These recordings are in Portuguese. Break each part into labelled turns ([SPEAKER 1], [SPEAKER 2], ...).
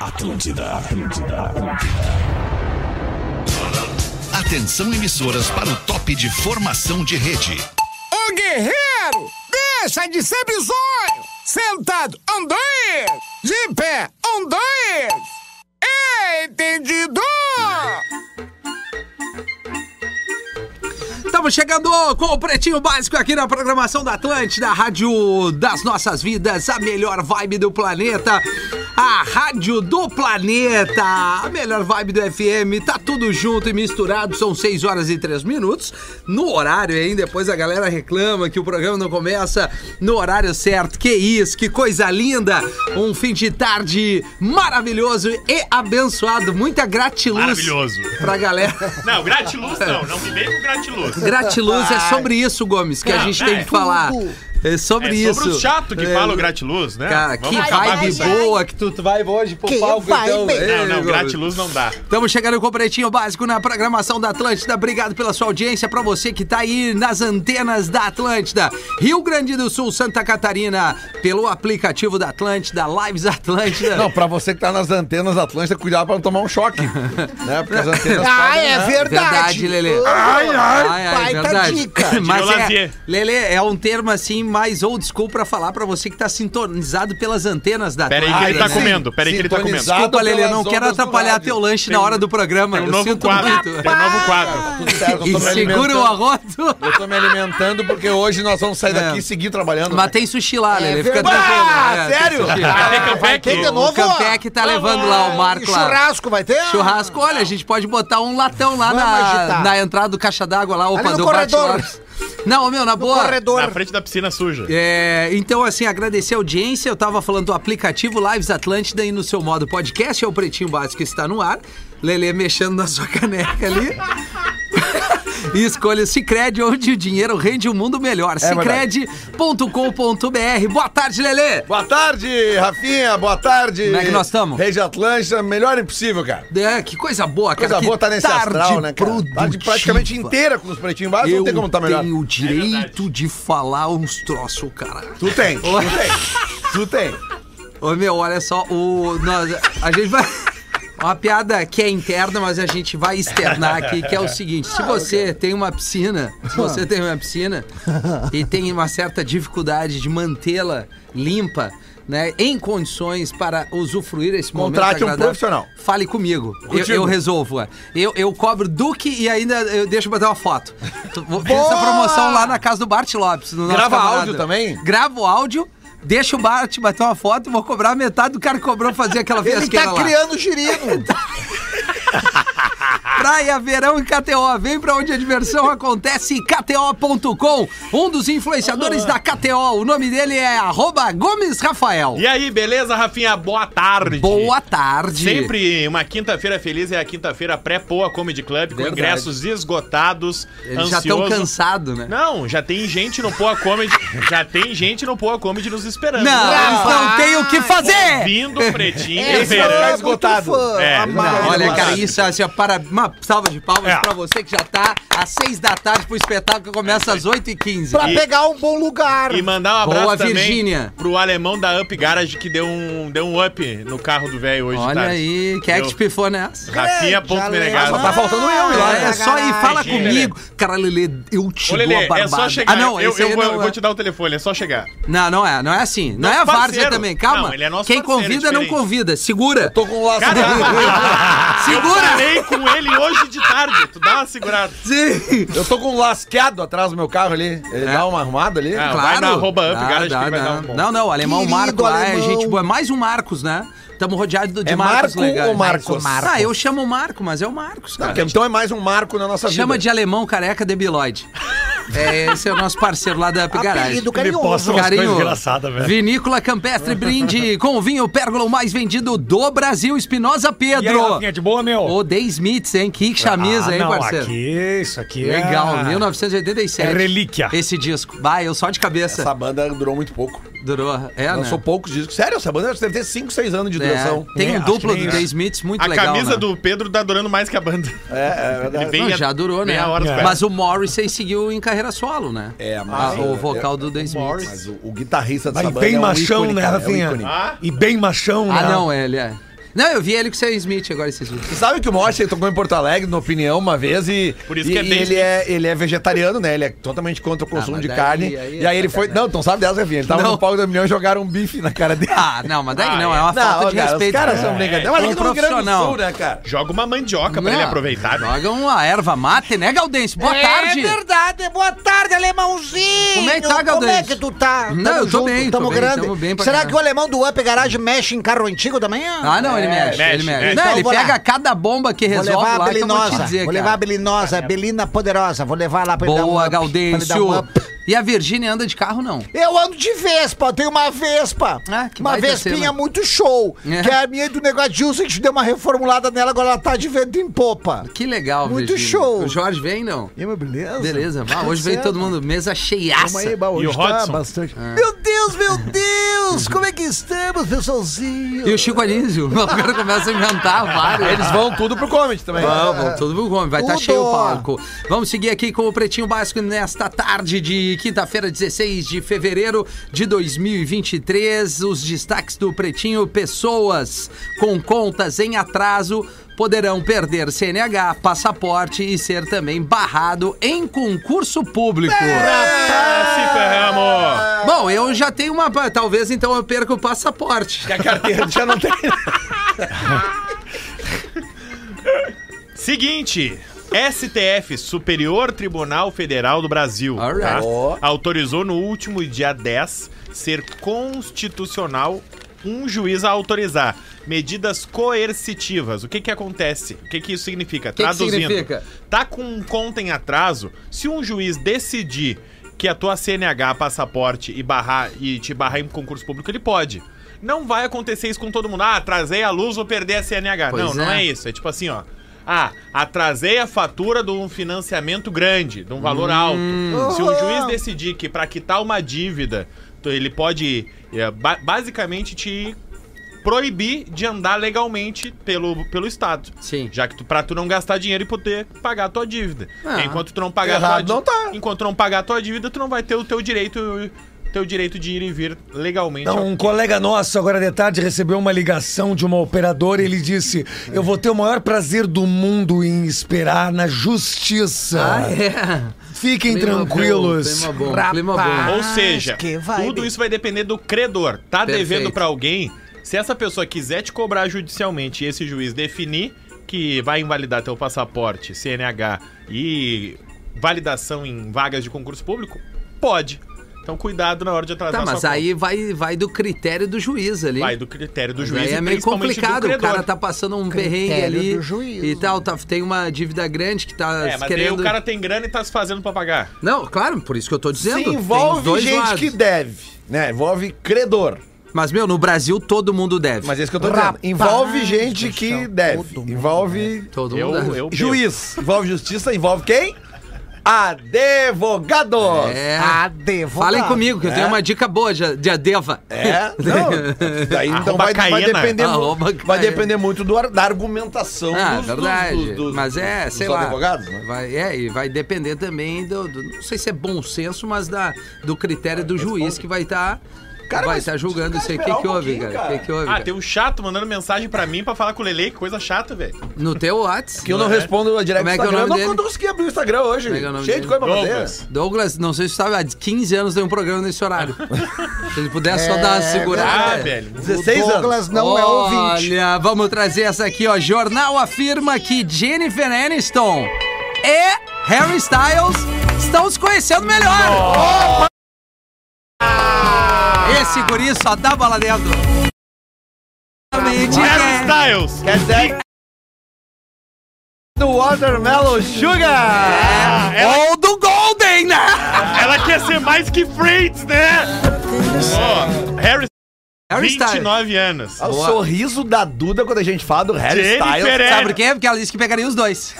[SPEAKER 1] Atlântida, Atlântida, Atlântida.
[SPEAKER 2] Atenção emissoras para o top de formação de rede.
[SPEAKER 3] Ô guerreiro, deixa de ser bizonho! Sentado, um, dois! De pé, um, dois! Entendido!
[SPEAKER 4] Ah,
[SPEAKER 5] Estamos chegando com o Pretinho Básico aqui na programação da Atlântida, a rádio das nossas vidas, a melhor vibe do planeta, a rádio do planeta, a melhor vibe do FM, tá tudo junto e misturado, são 6 horas e 3 minutos, no horário, hein? Depois a galera reclama que o programa não começa no horário certo, que isso, que coisa linda, um fim de tarde maravilhoso e abençoado, muita gratiluz
[SPEAKER 6] Maravilhoso.
[SPEAKER 5] pra galera.
[SPEAKER 6] Não, gratiluz não, não me vem com gratiluz.
[SPEAKER 5] Gratiluz é sobre isso, Gomes, que a
[SPEAKER 6] Não,
[SPEAKER 5] gente
[SPEAKER 6] é.
[SPEAKER 5] tem que falar. É sobre
[SPEAKER 6] É
[SPEAKER 5] isso.
[SPEAKER 6] sobre o chato que
[SPEAKER 5] É,
[SPEAKER 6] fala o gratiluz, né?
[SPEAKER 5] Cara, que
[SPEAKER 6] Vamos acabar com
[SPEAKER 5] vibe
[SPEAKER 6] isso aí.
[SPEAKER 5] boa que tu, tu vai hoje pro
[SPEAKER 4] Que
[SPEAKER 5] palco,
[SPEAKER 4] vibe.
[SPEAKER 5] então.
[SPEAKER 6] Não, não,
[SPEAKER 5] gratiluz.
[SPEAKER 6] gratiluz não dá.
[SPEAKER 5] Estamos chegando com o Pretinho Básico na programação da Atlântida. Obrigado pela sua audiência. Para você que tá aí nas antenas da Atlântida, Rio Grande do Sul, Santa Catarina, pelo aplicativo da Atlântida, Lives Atlântida.
[SPEAKER 7] Não, pra você que tá nas antenas da Atlântida, cuidado pra não tomar um choque. né? Porque as antenas.
[SPEAKER 4] Ah,
[SPEAKER 7] podem,
[SPEAKER 4] é
[SPEAKER 7] né?
[SPEAKER 4] verdade.
[SPEAKER 5] Verdade, Lelê.
[SPEAKER 4] Ai, é
[SPEAKER 5] Ai, ai,
[SPEAKER 4] Baita
[SPEAKER 5] verdade.
[SPEAKER 4] dica.
[SPEAKER 5] Mas
[SPEAKER 6] Tirou
[SPEAKER 5] é,
[SPEAKER 6] lazer.
[SPEAKER 5] Lelê, é um termo assim mais old school pra falar pra você que tá sintonizado pelas antenas da
[SPEAKER 6] Pera aí que
[SPEAKER 5] Atlântida,
[SPEAKER 6] ele tá
[SPEAKER 5] né?
[SPEAKER 6] comendo, pera aí que ele tá comendo.
[SPEAKER 7] Sintonizado
[SPEAKER 5] Desculpa, Lelê, não
[SPEAKER 7] pelas
[SPEAKER 5] quero
[SPEAKER 7] ondas do
[SPEAKER 5] atrapalhar
[SPEAKER 7] rádio.
[SPEAKER 5] teu lanche na hora do programa.
[SPEAKER 6] Tem um
[SPEAKER 5] eu
[SPEAKER 6] novo
[SPEAKER 5] sinto
[SPEAKER 6] quadro,
[SPEAKER 5] muito.
[SPEAKER 6] tem um novo quadro. um
[SPEAKER 7] Tudo certo, eu
[SPEAKER 5] E
[SPEAKER 7] tô me
[SPEAKER 5] segura o
[SPEAKER 7] alimentando.
[SPEAKER 5] arroto.
[SPEAKER 7] Eu tô me alimentando porque hoje nós vamos sair daqui e seguir trabalhando.
[SPEAKER 5] É.
[SPEAKER 7] né?
[SPEAKER 5] Mas tem sushi lá, Lelê.
[SPEAKER 4] É
[SPEAKER 5] Fica
[SPEAKER 4] verdade.
[SPEAKER 5] tranquilo.
[SPEAKER 7] Ah,
[SPEAKER 5] é, tem
[SPEAKER 7] sério?
[SPEAKER 5] sushi.
[SPEAKER 6] Vai ter
[SPEAKER 4] Vai ter de
[SPEAKER 6] Campec?
[SPEAKER 4] novo,
[SPEAKER 5] O Campec tá levando lá o
[SPEAKER 4] E
[SPEAKER 5] Marco lá.
[SPEAKER 4] Churrasco vai ter?
[SPEAKER 5] Churrasco, olha, a gente pode botar um latão lá
[SPEAKER 4] Vamos
[SPEAKER 5] na,
[SPEAKER 4] agitar.
[SPEAKER 5] na entrada do caixa d'água lá, opa,
[SPEAKER 4] no
[SPEAKER 5] do
[SPEAKER 4] corredor.
[SPEAKER 5] bate lá. Não, meu, na boa.
[SPEAKER 4] Corredor.
[SPEAKER 6] Na frente da piscina suja.
[SPEAKER 5] É, então, assim, agradecer a audiência. Eu tava falando do aplicativo Lives Atlântida e no seu modo podcast, é o Pretinho Básico que está no ar. Lelê mexendo na sua caneca ali. E escolha o Cicred, onde o dinheiro rende um mundo melhor.
[SPEAKER 7] É verdade.
[SPEAKER 5] Cicred.com.br. Boa tarde, Lelê!
[SPEAKER 7] Boa tarde, Rafinha. Boa tarde.
[SPEAKER 5] Como é que nós tamo?
[SPEAKER 7] Rede Atlântida, melhor impossível, cara.
[SPEAKER 5] É, que coisa boa, cara.
[SPEAKER 7] Coisa
[SPEAKER 5] que
[SPEAKER 7] boa tá nesse
[SPEAKER 5] tarde
[SPEAKER 7] astral, né, cara? Tarde
[SPEAKER 5] produtiva.
[SPEAKER 7] praticamente inteira com os pretinhos básicos,
[SPEAKER 5] Eu
[SPEAKER 7] não tem como tá melhor.
[SPEAKER 5] tenho o direito
[SPEAKER 6] verdade.
[SPEAKER 5] de falar uns troços, cara.
[SPEAKER 7] Tu tem, tu
[SPEAKER 5] Olha.
[SPEAKER 7] tem, tu tem.
[SPEAKER 5] Ô meu, olha só, o. nós- a gente vai. Uma piada que é interna, mas a gente vai externar aqui, que é o seguinte: se você tem uma piscina, se você tem uma piscina e tem uma certa dificuldade de mantê-la limpa, né, em condições para usufruir esse momento
[SPEAKER 7] Contrate um
[SPEAKER 5] agradável,
[SPEAKER 7] profissional.
[SPEAKER 5] Fale comigo, eu,
[SPEAKER 7] Contigo.
[SPEAKER 5] eu resolvo. é. Eu, eu cobro Duque e ainda eu deixo botar uma foto. Tu- vou- Fiz essa promoção lá na casa do Bart Lopes. do nosso
[SPEAKER 7] Grava
[SPEAKER 5] camarada.
[SPEAKER 7] áudio também?
[SPEAKER 5] Gravo o áudio, deixa o Bart bater uma foto, vou cobrar metade do cara que cobrou fazer aquela
[SPEAKER 4] Ele
[SPEAKER 5] fiasqueira
[SPEAKER 4] tá
[SPEAKER 5] lá.
[SPEAKER 4] criando girino.
[SPEAKER 5] Praia, verão e KTO. Vem pra onde a diversão acontece, KTO.com. Um dos influenciadores da KTO. O nome dele é arroba Gomes Rafael.
[SPEAKER 6] E aí, beleza, Rafinha? Boa tarde.
[SPEAKER 5] Boa tarde.
[SPEAKER 6] Sempre uma quinta-feira feliz é a quinta-feira pré-poa Comedy Club, com
[SPEAKER 5] Verdade.
[SPEAKER 6] ingressos esgotados,
[SPEAKER 5] Eles já estão
[SPEAKER 6] ansioso.
[SPEAKER 5] cansados, né?
[SPEAKER 6] Não, já tem gente no Poa Comedy, já tem gente no Poa Comedy nos esperando. Tá
[SPEAKER 5] Não, eles não
[SPEAKER 4] Rapaz.
[SPEAKER 5] têm o que fazer.
[SPEAKER 6] Vindo pretinho,
[SPEAKER 4] É,
[SPEAKER 6] e verão.
[SPEAKER 4] muito fã,
[SPEAKER 6] É,
[SPEAKER 4] amado.
[SPEAKER 6] não,
[SPEAKER 5] Olha,
[SPEAKER 6] Olha,
[SPEAKER 5] cara, isso é assim, ó, para uma salva de palmas
[SPEAKER 6] É.
[SPEAKER 5] pra você que já tá às seis da tarde pro espetáculo que começa às oito e quinze.
[SPEAKER 4] Pra
[SPEAKER 6] E-
[SPEAKER 4] pegar um bom lugar.
[SPEAKER 6] E mandar um abraço
[SPEAKER 5] Boa,
[SPEAKER 6] também
[SPEAKER 5] Virgínia.
[SPEAKER 6] pro alemão da Up Garage que deu um, deu um up no carro do velho hoje tá? de
[SPEAKER 5] Olha
[SPEAKER 6] tarde.
[SPEAKER 5] aí, quem é que te
[SPEAKER 6] Deu.
[SPEAKER 5] pifou nessa?
[SPEAKER 4] Ah,
[SPEAKER 6] Rafinha.menegado.
[SPEAKER 4] só tá faltando eu,
[SPEAKER 5] Ah,
[SPEAKER 4] né?
[SPEAKER 5] é só ir, fala
[SPEAKER 6] Lelê.
[SPEAKER 5] comigo. Cara, Lelê, eu te dou
[SPEAKER 6] Ô,
[SPEAKER 5] a
[SPEAKER 6] Lelê,
[SPEAKER 5] barbada.
[SPEAKER 6] é só chegar.
[SPEAKER 5] Ah, não,
[SPEAKER 6] eu,
[SPEAKER 5] esse
[SPEAKER 6] eu
[SPEAKER 5] aí
[SPEAKER 6] vou,
[SPEAKER 5] não,
[SPEAKER 6] eu
[SPEAKER 5] é.
[SPEAKER 6] vou te dar o telefone, é só chegar.
[SPEAKER 5] não, não é, não é assim. Não, é a
[SPEAKER 6] Nosso
[SPEAKER 5] várzea
[SPEAKER 6] parceiro.
[SPEAKER 5] também, calma.
[SPEAKER 6] Não, ele é nosso
[SPEAKER 5] Quem
[SPEAKER 6] parceiro,
[SPEAKER 5] convida, não
[SPEAKER 6] diferente.
[SPEAKER 5] convida. Segura.
[SPEAKER 7] Tô com um laço
[SPEAKER 6] Cara, Eu
[SPEAKER 5] Segura.
[SPEAKER 6] falei com ele hoje de tarde. Tu dá uma segurada.
[SPEAKER 5] Sim.
[SPEAKER 7] Eu tô com um lasqueado atrás do meu carro ali. Ele
[SPEAKER 5] É.
[SPEAKER 7] dá uma arrumada ali.
[SPEAKER 6] Ah,
[SPEAKER 5] Claro.
[SPEAKER 6] vai na arroba Up
[SPEAKER 5] Dá,
[SPEAKER 6] Garage
[SPEAKER 5] dá,
[SPEAKER 6] que ele vai
[SPEAKER 5] dá.
[SPEAKER 6] dar um bom.
[SPEAKER 5] Não, não, alemão
[SPEAKER 4] Querido
[SPEAKER 5] Marco lá é
[SPEAKER 4] alemão.
[SPEAKER 5] gente boa. Mais um Marcos, né? Estamos rodeados de
[SPEAKER 7] É
[SPEAKER 5] Marcos
[SPEAKER 7] Marco
[SPEAKER 5] legais.
[SPEAKER 7] ou Marcos?
[SPEAKER 5] Mais um Ah, eu chamo o Marco, mas é o Marcos,
[SPEAKER 7] Não,
[SPEAKER 5] cara.
[SPEAKER 7] porque então é mais um marco na nossa
[SPEAKER 5] Chama de
[SPEAKER 7] vida.
[SPEAKER 5] alemão careca debiloide. É, esse é o nosso parceiro lá da Up Garage.
[SPEAKER 4] Apelido carinhoso.
[SPEAKER 5] Carinho, Vinícola Campestre Brinde com o vinho Pérgola o mais vendido do Brasil, Espinosa Pedro.
[SPEAKER 8] de boa, meu?
[SPEAKER 5] Ô, The Smiths, hein? Que chamisa,
[SPEAKER 8] ah,
[SPEAKER 5] hein,
[SPEAKER 8] não,
[SPEAKER 5] parceiro?
[SPEAKER 8] Aqui, isso aqui é...
[SPEAKER 5] Legal, 1987.
[SPEAKER 8] É relíquia.
[SPEAKER 5] Esse disco. Bah, eu só de cabeça.
[SPEAKER 7] Essa banda durou muito pouco.
[SPEAKER 5] Durou. É, né?
[SPEAKER 7] Lançou poucos discos. Sério, essa banda deve ter 5, 6 anos de
[SPEAKER 5] É,
[SPEAKER 7] duração.
[SPEAKER 5] Tem
[SPEAKER 8] É,
[SPEAKER 5] um
[SPEAKER 8] acho que
[SPEAKER 5] duplo
[SPEAKER 8] nem
[SPEAKER 5] do
[SPEAKER 8] isso.
[SPEAKER 5] The Smiths muito
[SPEAKER 6] A
[SPEAKER 5] legal.
[SPEAKER 6] camisa
[SPEAKER 5] né?
[SPEAKER 6] do Pedro tá durando mais que a banda.
[SPEAKER 7] É, é
[SPEAKER 6] Ele
[SPEAKER 7] verdade.
[SPEAKER 6] vem
[SPEAKER 5] Não,
[SPEAKER 6] a-
[SPEAKER 5] já durou, né?
[SPEAKER 6] meia hora pra-
[SPEAKER 5] Mas o Morrissey seguiu em carreira solo, né?
[SPEAKER 7] É,
[SPEAKER 5] A-
[SPEAKER 7] mas.
[SPEAKER 5] o vocal do The Smiths.
[SPEAKER 7] Mas o, o guitarrista dessa
[SPEAKER 8] Mas
[SPEAKER 7] banda.
[SPEAKER 8] bem
[SPEAKER 7] é um
[SPEAKER 8] machão,
[SPEAKER 7] ícone,
[SPEAKER 8] né,
[SPEAKER 7] cara, é um
[SPEAKER 8] Rafinha?
[SPEAKER 7] ícone.
[SPEAKER 6] Ah,
[SPEAKER 8] E bem machão,
[SPEAKER 5] Ah,
[SPEAKER 8] né?
[SPEAKER 5] não, ele é. Não, eu vi ele com o Sam Smith agora esses dias.
[SPEAKER 7] Você sabe que o Morte tocou em Porto Alegre, na opinião, uma vez e.
[SPEAKER 6] Por isso
[SPEAKER 7] e-
[SPEAKER 6] que é
[SPEAKER 7] e
[SPEAKER 6] bem
[SPEAKER 7] ele é ele é vegetariano, né? Ele é totalmente contra o consumo
[SPEAKER 5] Ah, mas
[SPEAKER 7] de
[SPEAKER 5] daí-
[SPEAKER 7] carne.
[SPEAKER 5] aí é
[SPEAKER 7] e aí ele foi. Não, tu não sabe dessa, Rafinha. Ele tava
[SPEAKER 5] Não.
[SPEAKER 7] no palco da milhão e jogaram um bife na cara dele.
[SPEAKER 5] Ah, não, mas daí
[SPEAKER 6] Ah,
[SPEAKER 5] não,
[SPEAKER 6] é.
[SPEAKER 5] é uma falta
[SPEAKER 7] ô,
[SPEAKER 5] de
[SPEAKER 7] cara,
[SPEAKER 5] respeito.
[SPEAKER 7] Os caras são
[SPEAKER 6] É,
[SPEAKER 7] brincadeira. Mas
[SPEAKER 5] como
[SPEAKER 7] aqui no Rio Grande do
[SPEAKER 5] profissional.
[SPEAKER 7] Sul, né, cara?
[SPEAKER 6] Joga uma mandioca pra
[SPEAKER 5] Não,
[SPEAKER 6] ele aproveitar. né?
[SPEAKER 5] Joga uma erva mate, né, Galdense? Boa tarde.
[SPEAKER 4] É verdade. Boa tarde, alemãozinho.
[SPEAKER 5] Como é que tá,
[SPEAKER 4] Como é
[SPEAKER 5] Galdês?
[SPEAKER 4] que tu tá?
[SPEAKER 5] Não,
[SPEAKER 4] Tamo
[SPEAKER 5] eu tô
[SPEAKER 4] junto,
[SPEAKER 5] bem, tô
[SPEAKER 4] Tamo
[SPEAKER 5] bem,
[SPEAKER 4] grande.
[SPEAKER 5] tamo bem pra
[SPEAKER 4] Será
[SPEAKER 5] caralho.
[SPEAKER 4] que o alemão do Up Garage mexe em carro antigo também?
[SPEAKER 5] Ah, não, ele mexe,
[SPEAKER 6] mexe,
[SPEAKER 5] ele mexe.
[SPEAKER 6] mexe.
[SPEAKER 5] Não,
[SPEAKER 4] É, Então
[SPEAKER 5] ele
[SPEAKER 4] vou lá.
[SPEAKER 5] pega cada bomba que
[SPEAKER 4] Vou
[SPEAKER 5] resolve
[SPEAKER 4] levar a
[SPEAKER 5] lá que eu vou te
[SPEAKER 4] Belinosa.
[SPEAKER 5] dizer,
[SPEAKER 4] Vou levar a
[SPEAKER 5] cara.
[SPEAKER 4] Belinosa, a Belina Poderosa. Vou levar lá pra ele dar um
[SPEAKER 5] Boa,
[SPEAKER 4] up, pra ele
[SPEAKER 5] Gaudêncio.
[SPEAKER 4] dar um up.
[SPEAKER 5] E a Virgínia anda de carro, não?
[SPEAKER 4] Eu ando de Vespa, eu tenho uma Vespa.
[SPEAKER 5] Ah, que
[SPEAKER 4] uma
[SPEAKER 5] baita
[SPEAKER 4] Vespinha
[SPEAKER 5] cena.
[SPEAKER 4] muito show.
[SPEAKER 5] É.
[SPEAKER 4] Que é a minha do negócio de uso, a gente deu uma reformulada nela, agora ela tá de vento em popa.
[SPEAKER 5] Que legal,
[SPEAKER 4] Muito
[SPEAKER 5] Virgínia.
[SPEAKER 4] show.
[SPEAKER 5] O Jorge vem, não?
[SPEAKER 4] E aí, meu, beleza?
[SPEAKER 5] Beleza, vá.
[SPEAKER 4] Tudo
[SPEAKER 5] Hoje veio
[SPEAKER 4] certo.
[SPEAKER 5] todo mundo, mesa
[SPEAKER 4] Tamo
[SPEAKER 5] cheiaça.
[SPEAKER 4] aí, bah, hoje
[SPEAKER 6] E o
[SPEAKER 4] tá
[SPEAKER 6] Hodgson?
[SPEAKER 4] bastante. Meu Deus, meu Deus! como é que estamos, pessoalzinho?
[SPEAKER 5] E o Chico Anísio, o cara começa a inventar vários.
[SPEAKER 7] Eles vão tudo pro comedy também.
[SPEAKER 5] Vamos, todo mundo come, vai estar
[SPEAKER 4] Tudo.
[SPEAKER 5] cheio o palco. Vamos seguir aqui com o Pretinho Básico nesta tarde de quinta-feira, 16 de fevereiro de 2023. Os destaques do Pretinho: pessoas com contas em atraso poderão perder CNH, passaporte e ser também barrado em concurso público.
[SPEAKER 6] Ah, se ferramos!
[SPEAKER 5] Bom, eu já tenho uma. Talvez então eu perca o passaporte.
[SPEAKER 7] Que a carteira já não tem.
[SPEAKER 6] Seguinte. STF, Superior Tribunal Federal do Brasil,
[SPEAKER 5] All right.
[SPEAKER 6] tá?
[SPEAKER 7] Ó.
[SPEAKER 6] autorizou no último dia 10 ser constitucional um juiz a autorizar medidas coercitivas. O que que acontece? O que que isso significa?
[SPEAKER 5] que significa?
[SPEAKER 6] Tá com conta em atraso? Se um juiz decidir que a tua CNH, passaporte e barrar e te barrar em concurso público, ele pode. Não vai acontecer isso com todo mundo. Ah, atrasei a luz, vou perder a CNH.
[SPEAKER 5] Pois
[SPEAKER 6] não, não
[SPEAKER 5] é.
[SPEAKER 6] é isso. É tipo assim, ó. Ah, atrasei a fatura de um financiamento grande, de um valor
[SPEAKER 7] Hum.
[SPEAKER 6] alto. Se um juiz decidir que pra quitar uma dívida, tu- ele pode é, ba- basicamente te proibir de andar legalmente pelo, pelo Estado.
[SPEAKER 5] Sim.
[SPEAKER 6] Já que tu, pra tu não gastar dinheiro e poder pagar a tua dívida.
[SPEAKER 5] Ah,
[SPEAKER 6] enquanto tu não pagar a tua
[SPEAKER 7] errado
[SPEAKER 6] dívida.
[SPEAKER 7] não tá.
[SPEAKER 6] Enquanto tu não pagar a tua dívida, tu não vai ter o teu direito. Teu direito de ir e vir legalmente.
[SPEAKER 8] Então, um colega nosso, agora de tarde, recebeu uma ligação de uma operadora e ele disse: Eu vou ter o maior prazer do mundo em esperar na justiça.
[SPEAKER 5] Ah, é.
[SPEAKER 8] Fiquem
[SPEAKER 5] Clima bom,
[SPEAKER 8] tranquilos.
[SPEAKER 5] clima bom, clima bom.
[SPEAKER 6] Ou seja,
[SPEAKER 4] Ah, que vibe.
[SPEAKER 6] tudo isso vai depender do credor. Tá
[SPEAKER 5] Perfeito.
[SPEAKER 6] devendo pra alguém? Se essa pessoa quiser te cobrar judicialmente e esse juiz definir que vai invalidar teu passaporte, CNH e validação em vagas de concurso público, pode. Então cuidado na hora de atrasar
[SPEAKER 5] Tá,
[SPEAKER 6] sua
[SPEAKER 5] mas
[SPEAKER 6] conta.
[SPEAKER 5] aí vai, vai do critério do juiz ali.
[SPEAKER 6] vai do critério do
[SPEAKER 5] Mas
[SPEAKER 6] juiz
[SPEAKER 5] aí
[SPEAKER 6] e
[SPEAKER 5] é meio
[SPEAKER 6] principalmente
[SPEAKER 5] complicado,
[SPEAKER 6] do
[SPEAKER 5] o
[SPEAKER 6] credor.
[SPEAKER 5] cara tá passando um perrengue
[SPEAKER 4] Critério
[SPEAKER 5] ali
[SPEAKER 4] do juiz,
[SPEAKER 5] e
[SPEAKER 4] né?
[SPEAKER 5] tal, tá, tem uma dívida grande que tá
[SPEAKER 6] É, mas aí
[SPEAKER 5] querendo...
[SPEAKER 6] o cara tem grana e tá se fazendo pra pagar.
[SPEAKER 5] Não, claro, por isso que eu tô
[SPEAKER 7] Se
[SPEAKER 5] dizendo. tem os
[SPEAKER 7] envolve
[SPEAKER 5] dois
[SPEAKER 7] gente
[SPEAKER 5] lados.
[SPEAKER 7] que deve, né? Envolve credor.
[SPEAKER 5] Mas, meu, no Brasil todo mundo deve.
[SPEAKER 7] Mas é isso que eu tô
[SPEAKER 4] Rapaz,
[SPEAKER 7] dizendo. Envolve gente
[SPEAKER 4] do
[SPEAKER 7] que
[SPEAKER 4] céu,
[SPEAKER 7] deve.
[SPEAKER 4] todo
[SPEAKER 5] né?
[SPEAKER 4] mundo
[SPEAKER 7] Envolve
[SPEAKER 5] Todo
[SPEAKER 6] Eu,
[SPEAKER 5] mundo
[SPEAKER 6] eu,
[SPEAKER 5] deve.
[SPEAKER 7] juiz. Envolve justiça, envolve quem? Advogado.
[SPEAKER 5] É.
[SPEAKER 7] Ah,
[SPEAKER 4] Advogado.
[SPEAKER 5] Falem comigo, que eu tenho uma dica boa de, de Adeva.
[SPEAKER 7] né? É, não. Daí então
[SPEAKER 6] Arroba
[SPEAKER 7] vai, vai
[SPEAKER 6] Caena.
[SPEAKER 7] depender, mu-
[SPEAKER 5] Arroba
[SPEAKER 7] vai
[SPEAKER 5] Caena.
[SPEAKER 7] depender muito do ar- da argumentação
[SPEAKER 5] Ah,
[SPEAKER 7] um dos, dos-
[SPEAKER 5] verdade.
[SPEAKER 7] dos- dos-
[SPEAKER 5] mas é,
[SPEAKER 7] dos
[SPEAKER 5] sei lá.
[SPEAKER 7] advogados, né?
[SPEAKER 5] Vai, é, e vai depender também do, do- Não sei se é bom senso, mas da, do critério do juiz que vai estar.
[SPEAKER 7] É, Cara,
[SPEAKER 5] vai
[SPEAKER 7] mas
[SPEAKER 5] estar
[SPEAKER 7] se
[SPEAKER 5] julgando
[SPEAKER 7] o
[SPEAKER 5] isso aí. O
[SPEAKER 7] cara
[SPEAKER 5] que, que
[SPEAKER 7] esperar um
[SPEAKER 5] houve, cara?
[SPEAKER 7] pouquinho,
[SPEAKER 5] O que,
[SPEAKER 7] cara.
[SPEAKER 5] que houve?
[SPEAKER 6] Ah,
[SPEAKER 5] cara?
[SPEAKER 6] tem um chato mandando mensagem pra mim pra falar com o Lele, que coisa chata, velho.
[SPEAKER 5] No teu WhatsApp.
[SPEAKER 7] um Que eu não respondo a direct
[SPEAKER 5] Como é que é o
[SPEAKER 7] Instagram.
[SPEAKER 5] nome
[SPEAKER 7] eu não
[SPEAKER 5] dele?
[SPEAKER 7] consegui abrir o Instagram hoje.
[SPEAKER 5] Como é que é o nome
[SPEAKER 7] Cheio
[SPEAKER 5] dele?
[SPEAKER 7] de coisa pra
[SPEAKER 6] Douglas.
[SPEAKER 7] fazer.
[SPEAKER 5] Douglas, não sei se você sabe, há 15 anos tem um programa nesse horário. se ele pudesse só dar uma segurada.
[SPEAKER 6] Ah, velho.
[SPEAKER 7] 16
[SPEAKER 4] o
[SPEAKER 7] anos.
[SPEAKER 4] Douglas não é ouvinte.
[SPEAKER 5] Olha, vamos trazer essa aqui, ó. Jornal afirma que Jennifer Aniston e Harry Styles estão se conhecendo melhor. Ah! Esse guri só dá bola dentro. Realmente
[SPEAKER 6] Harry
[SPEAKER 5] é.
[SPEAKER 6] Styles!
[SPEAKER 7] Quer dizer... Do Watermelon
[SPEAKER 4] É
[SPEAKER 7] Sugar!
[SPEAKER 5] Ou do Golden, né?
[SPEAKER 6] Ela quer ser mais que Friends, né? Ó, Harry,
[SPEAKER 5] Harry Styles.
[SPEAKER 6] 29 anos.
[SPEAKER 7] O
[SPEAKER 5] Boa.
[SPEAKER 7] sorriso da Duda quando a gente fala do Harry
[SPEAKER 6] Jennifer
[SPEAKER 7] Styles.
[SPEAKER 6] Aniston.
[SPEAKER 5] Sabe por quê? Porque ela disse que pegaria os dois.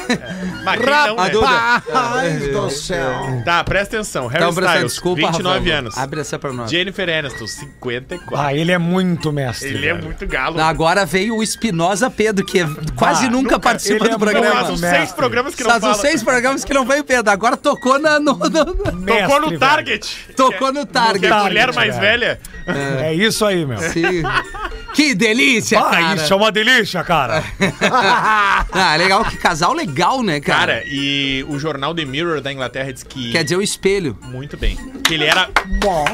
[SPEAKER 6] Mas quem não,
[SPEAKER 5] A
[SPEAKER 6] né?
[SPEAKER 5] Duda.
[SPEAKER 4] Ai, do céu.
[SPEAKER 6] Tá, presta atenção. Harry
[SPEAKER 5] Então, Brasil,
[SPEAKER 6] Styles,
[SPEAKER 5] desculpa,
[SPEAKER 6] 29
[SPEAKER 5] Rafael.
[SPEAKER 6] anos.
[SPEAKER 5] Abre essa pra nós.
[SPEAKER 6] Jennifer Aniston, 54.
[SPEAKER 8] Ah, ele é muito mestre.
[SPEAKER 6] Ele é
[SPEAKER 8] velho.
[SPEAKER 6] muito galo.
[SPEAKER 5] Agora veio o Espinosa Pedro, que quase
[SPEAKER 8] Ah,
[SPEAKER 5] nunca, participa
[SPEAKER 8] Ele é
[SPEAKER 5] do
[SPEAKER 6] Não,
[SPEAKER 5] programa.
[SPEAKER 6] faz uns
[SPEAKER 8] mestre.
[SPEAKER 6] seis programas que não
[SPEAKER 5] Faz
[SPEAKER 6] fala.
[SPEAKER 5] uns seis programas que não veio, Pedro. Agora tocou na, no, no-
[SPEAKER 8] Mestre,
[SPEAKER 6] Tocou no
[SPEAKER 8] velho.
[SPEAKER 6] Target.
[SPEAKER 5] tocou no
[SPEAKER 6] Que
[SPEAKER 5] target.
[SPEAKER 6] é
[SPEAKER 8] Target,
[SPEAKER 6] mulher mais
[SPEAKER 8] velho.
[SPEAKER 6] velha.
[SPEAKER 8] É isso aí, meu.
[SPEAKER 5] Sim. Que delícia, cara.
[SPEAKER 8] é uma delícia, cara.
[SPEAKER 5] ah, legal, que casal legal, né, cara?
[SPEAKER 6] Cara, e o jornal The Mirror da Inglaterra diz que.
[SPEAKER 5] Quer dizer, o espelho.
[SPEAKER 6] Muito bem. Que ele era.
[SPEAKER 4] Bom,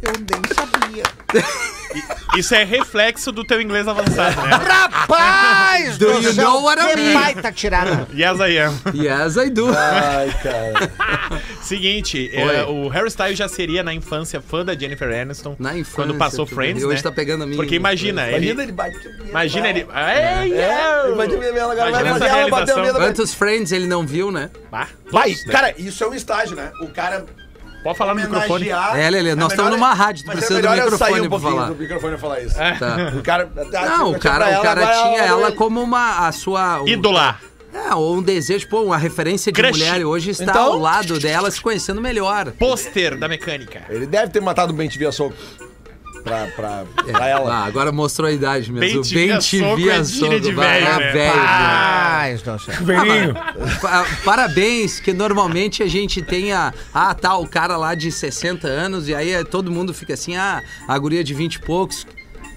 [SPEAKER 4] eu nem sabia.
[SPEAKER 6] Isso é reflexo do teu inglês avançado, né?
[SPEAKER 4] Rapaz
[SPEAKER 5] Do
[SPEAKER 4] do,
[SPEAKER 5] you
[SPEAKER 4] céu,
[SPEAKER 5] know what I mean?
[SPEAKER 4] que baita tirada.
[SPEAKER 6] Yes, I am.
[SPEAKER 5] Yes, I do.
[SPEAKER 6] Seguinte,
[SPEAKER 5] Oi.
[SPEAKER 6] é, o Harry Styles já seria na infância fã da Jennifer Aniston.
[SPEAKER 5] Na infância,
[SPEAKER 6] Quando passou
[SPEAKER 5] tu-
[SPEAKER 6] Friends,
[SPEAKER 5] hoje
[SPEAKER 6] né?
[SPEAKER 5] tá pegando a minha
[SPEAKER 6] Porque imagina,
[SPEAKER 7] Imagina
[SPEAKER 6] ele...
[SPEAKER 7] ele bate.
[SPEAKER 6] Imagina ele... Ei, eu!
[SPEAKER 7] Imagina ele agora.
[SPEAKER 6] Imagina
[SPEAKER 7] vai
[SPEAKER 6] essa
[SPEAKER 7] fazer ela bater
[SPEAKER 6] realização.
[SPEAKER 7] o dedo na-
[SPEAKER 5] Quantos Friends ele não viu, né?
[SPEAKER 6] Bah,
[SPEAKER 7] Vai,
[SPEAKER 6] todos, né?
[SPEAKER 7] cara, isso é um estágio, né? O cara
[SPEAKER 6] Pode falar no microfone.
[SPEAKER 7] homenagear-
[SPEAKER 5] É, Lelê, nós
[SPEAKER 7] É
[SPEAKER 5] estamos
[SPEAKER 7] melhor-
[SPEAKER 5] numa rádio, tu
[SPEAKER 7] mas
[SPEAKER 5] precisa
[SPEAKER 7] é
[SPEAKER 5] do
[SPEAKER 7] melhor eu
[SPEAKER 5] microfone
[SPEAKER 7] sair um
[SPEAKER 5] pra
[SPEAKER 7] pouquinho
[SPEAKER 5] falar.
[SPEAKER 7] do microfone e falar isso.
[SPEAKER 5] Tá.
[SPEAKER 7] O cara...
[SPEAKER 5] Não, o cara, o cara tinha ela como uma. a sua. Um,
[SPEAKER 6] Ídola.
[SPEAKER 5] é, ou um desejo, pô, uma referência de
[SPEAKER 6] Crush.
[SPEAKER 5] mulher e hoje está
[SPEAKER 7] Então-
[SPEAKER 5] ao lado dela se conhecendo melhor.
[SPEAKER 6] Pôster da mecânica.
[SPEAKER 7] Ele deve ter matado o Ben TV a soco. Pra, pra, pra
[SPEAKER 5] Ah,
[SPEAKER 7] ela.
[SPEAKER 5] agora mostrou a idade mesmo.
[SPEAKER 6] Bem te
[SPEAKER 5] Bem
[SPEAKER 6] via
[SPEAKER 5] te
[SPEAKER 6] soco é
[SPEAKER 5] via
[SPEAKER 6] gíria
[SPEAKER 5] soco.
[SPEAKER 6] de
[SPEAKER 5] vai,
[SPEAKER 6] velho,
[SPEAKER 5] ah, velho,
[SPEAKER 6] né?
[SPEAKER 5] velho.
[SPEAKER 4] Rapaz do céu.
[SPEAKER 8] Chuveirinho.
[SPEAKER 5] Pa- Parabéns, que normalmente a gente tem a. Ah, tá, o cara lá de 60 anos, e aí eh, todo mundo fica assim, ah, a guria de 20 e poucos.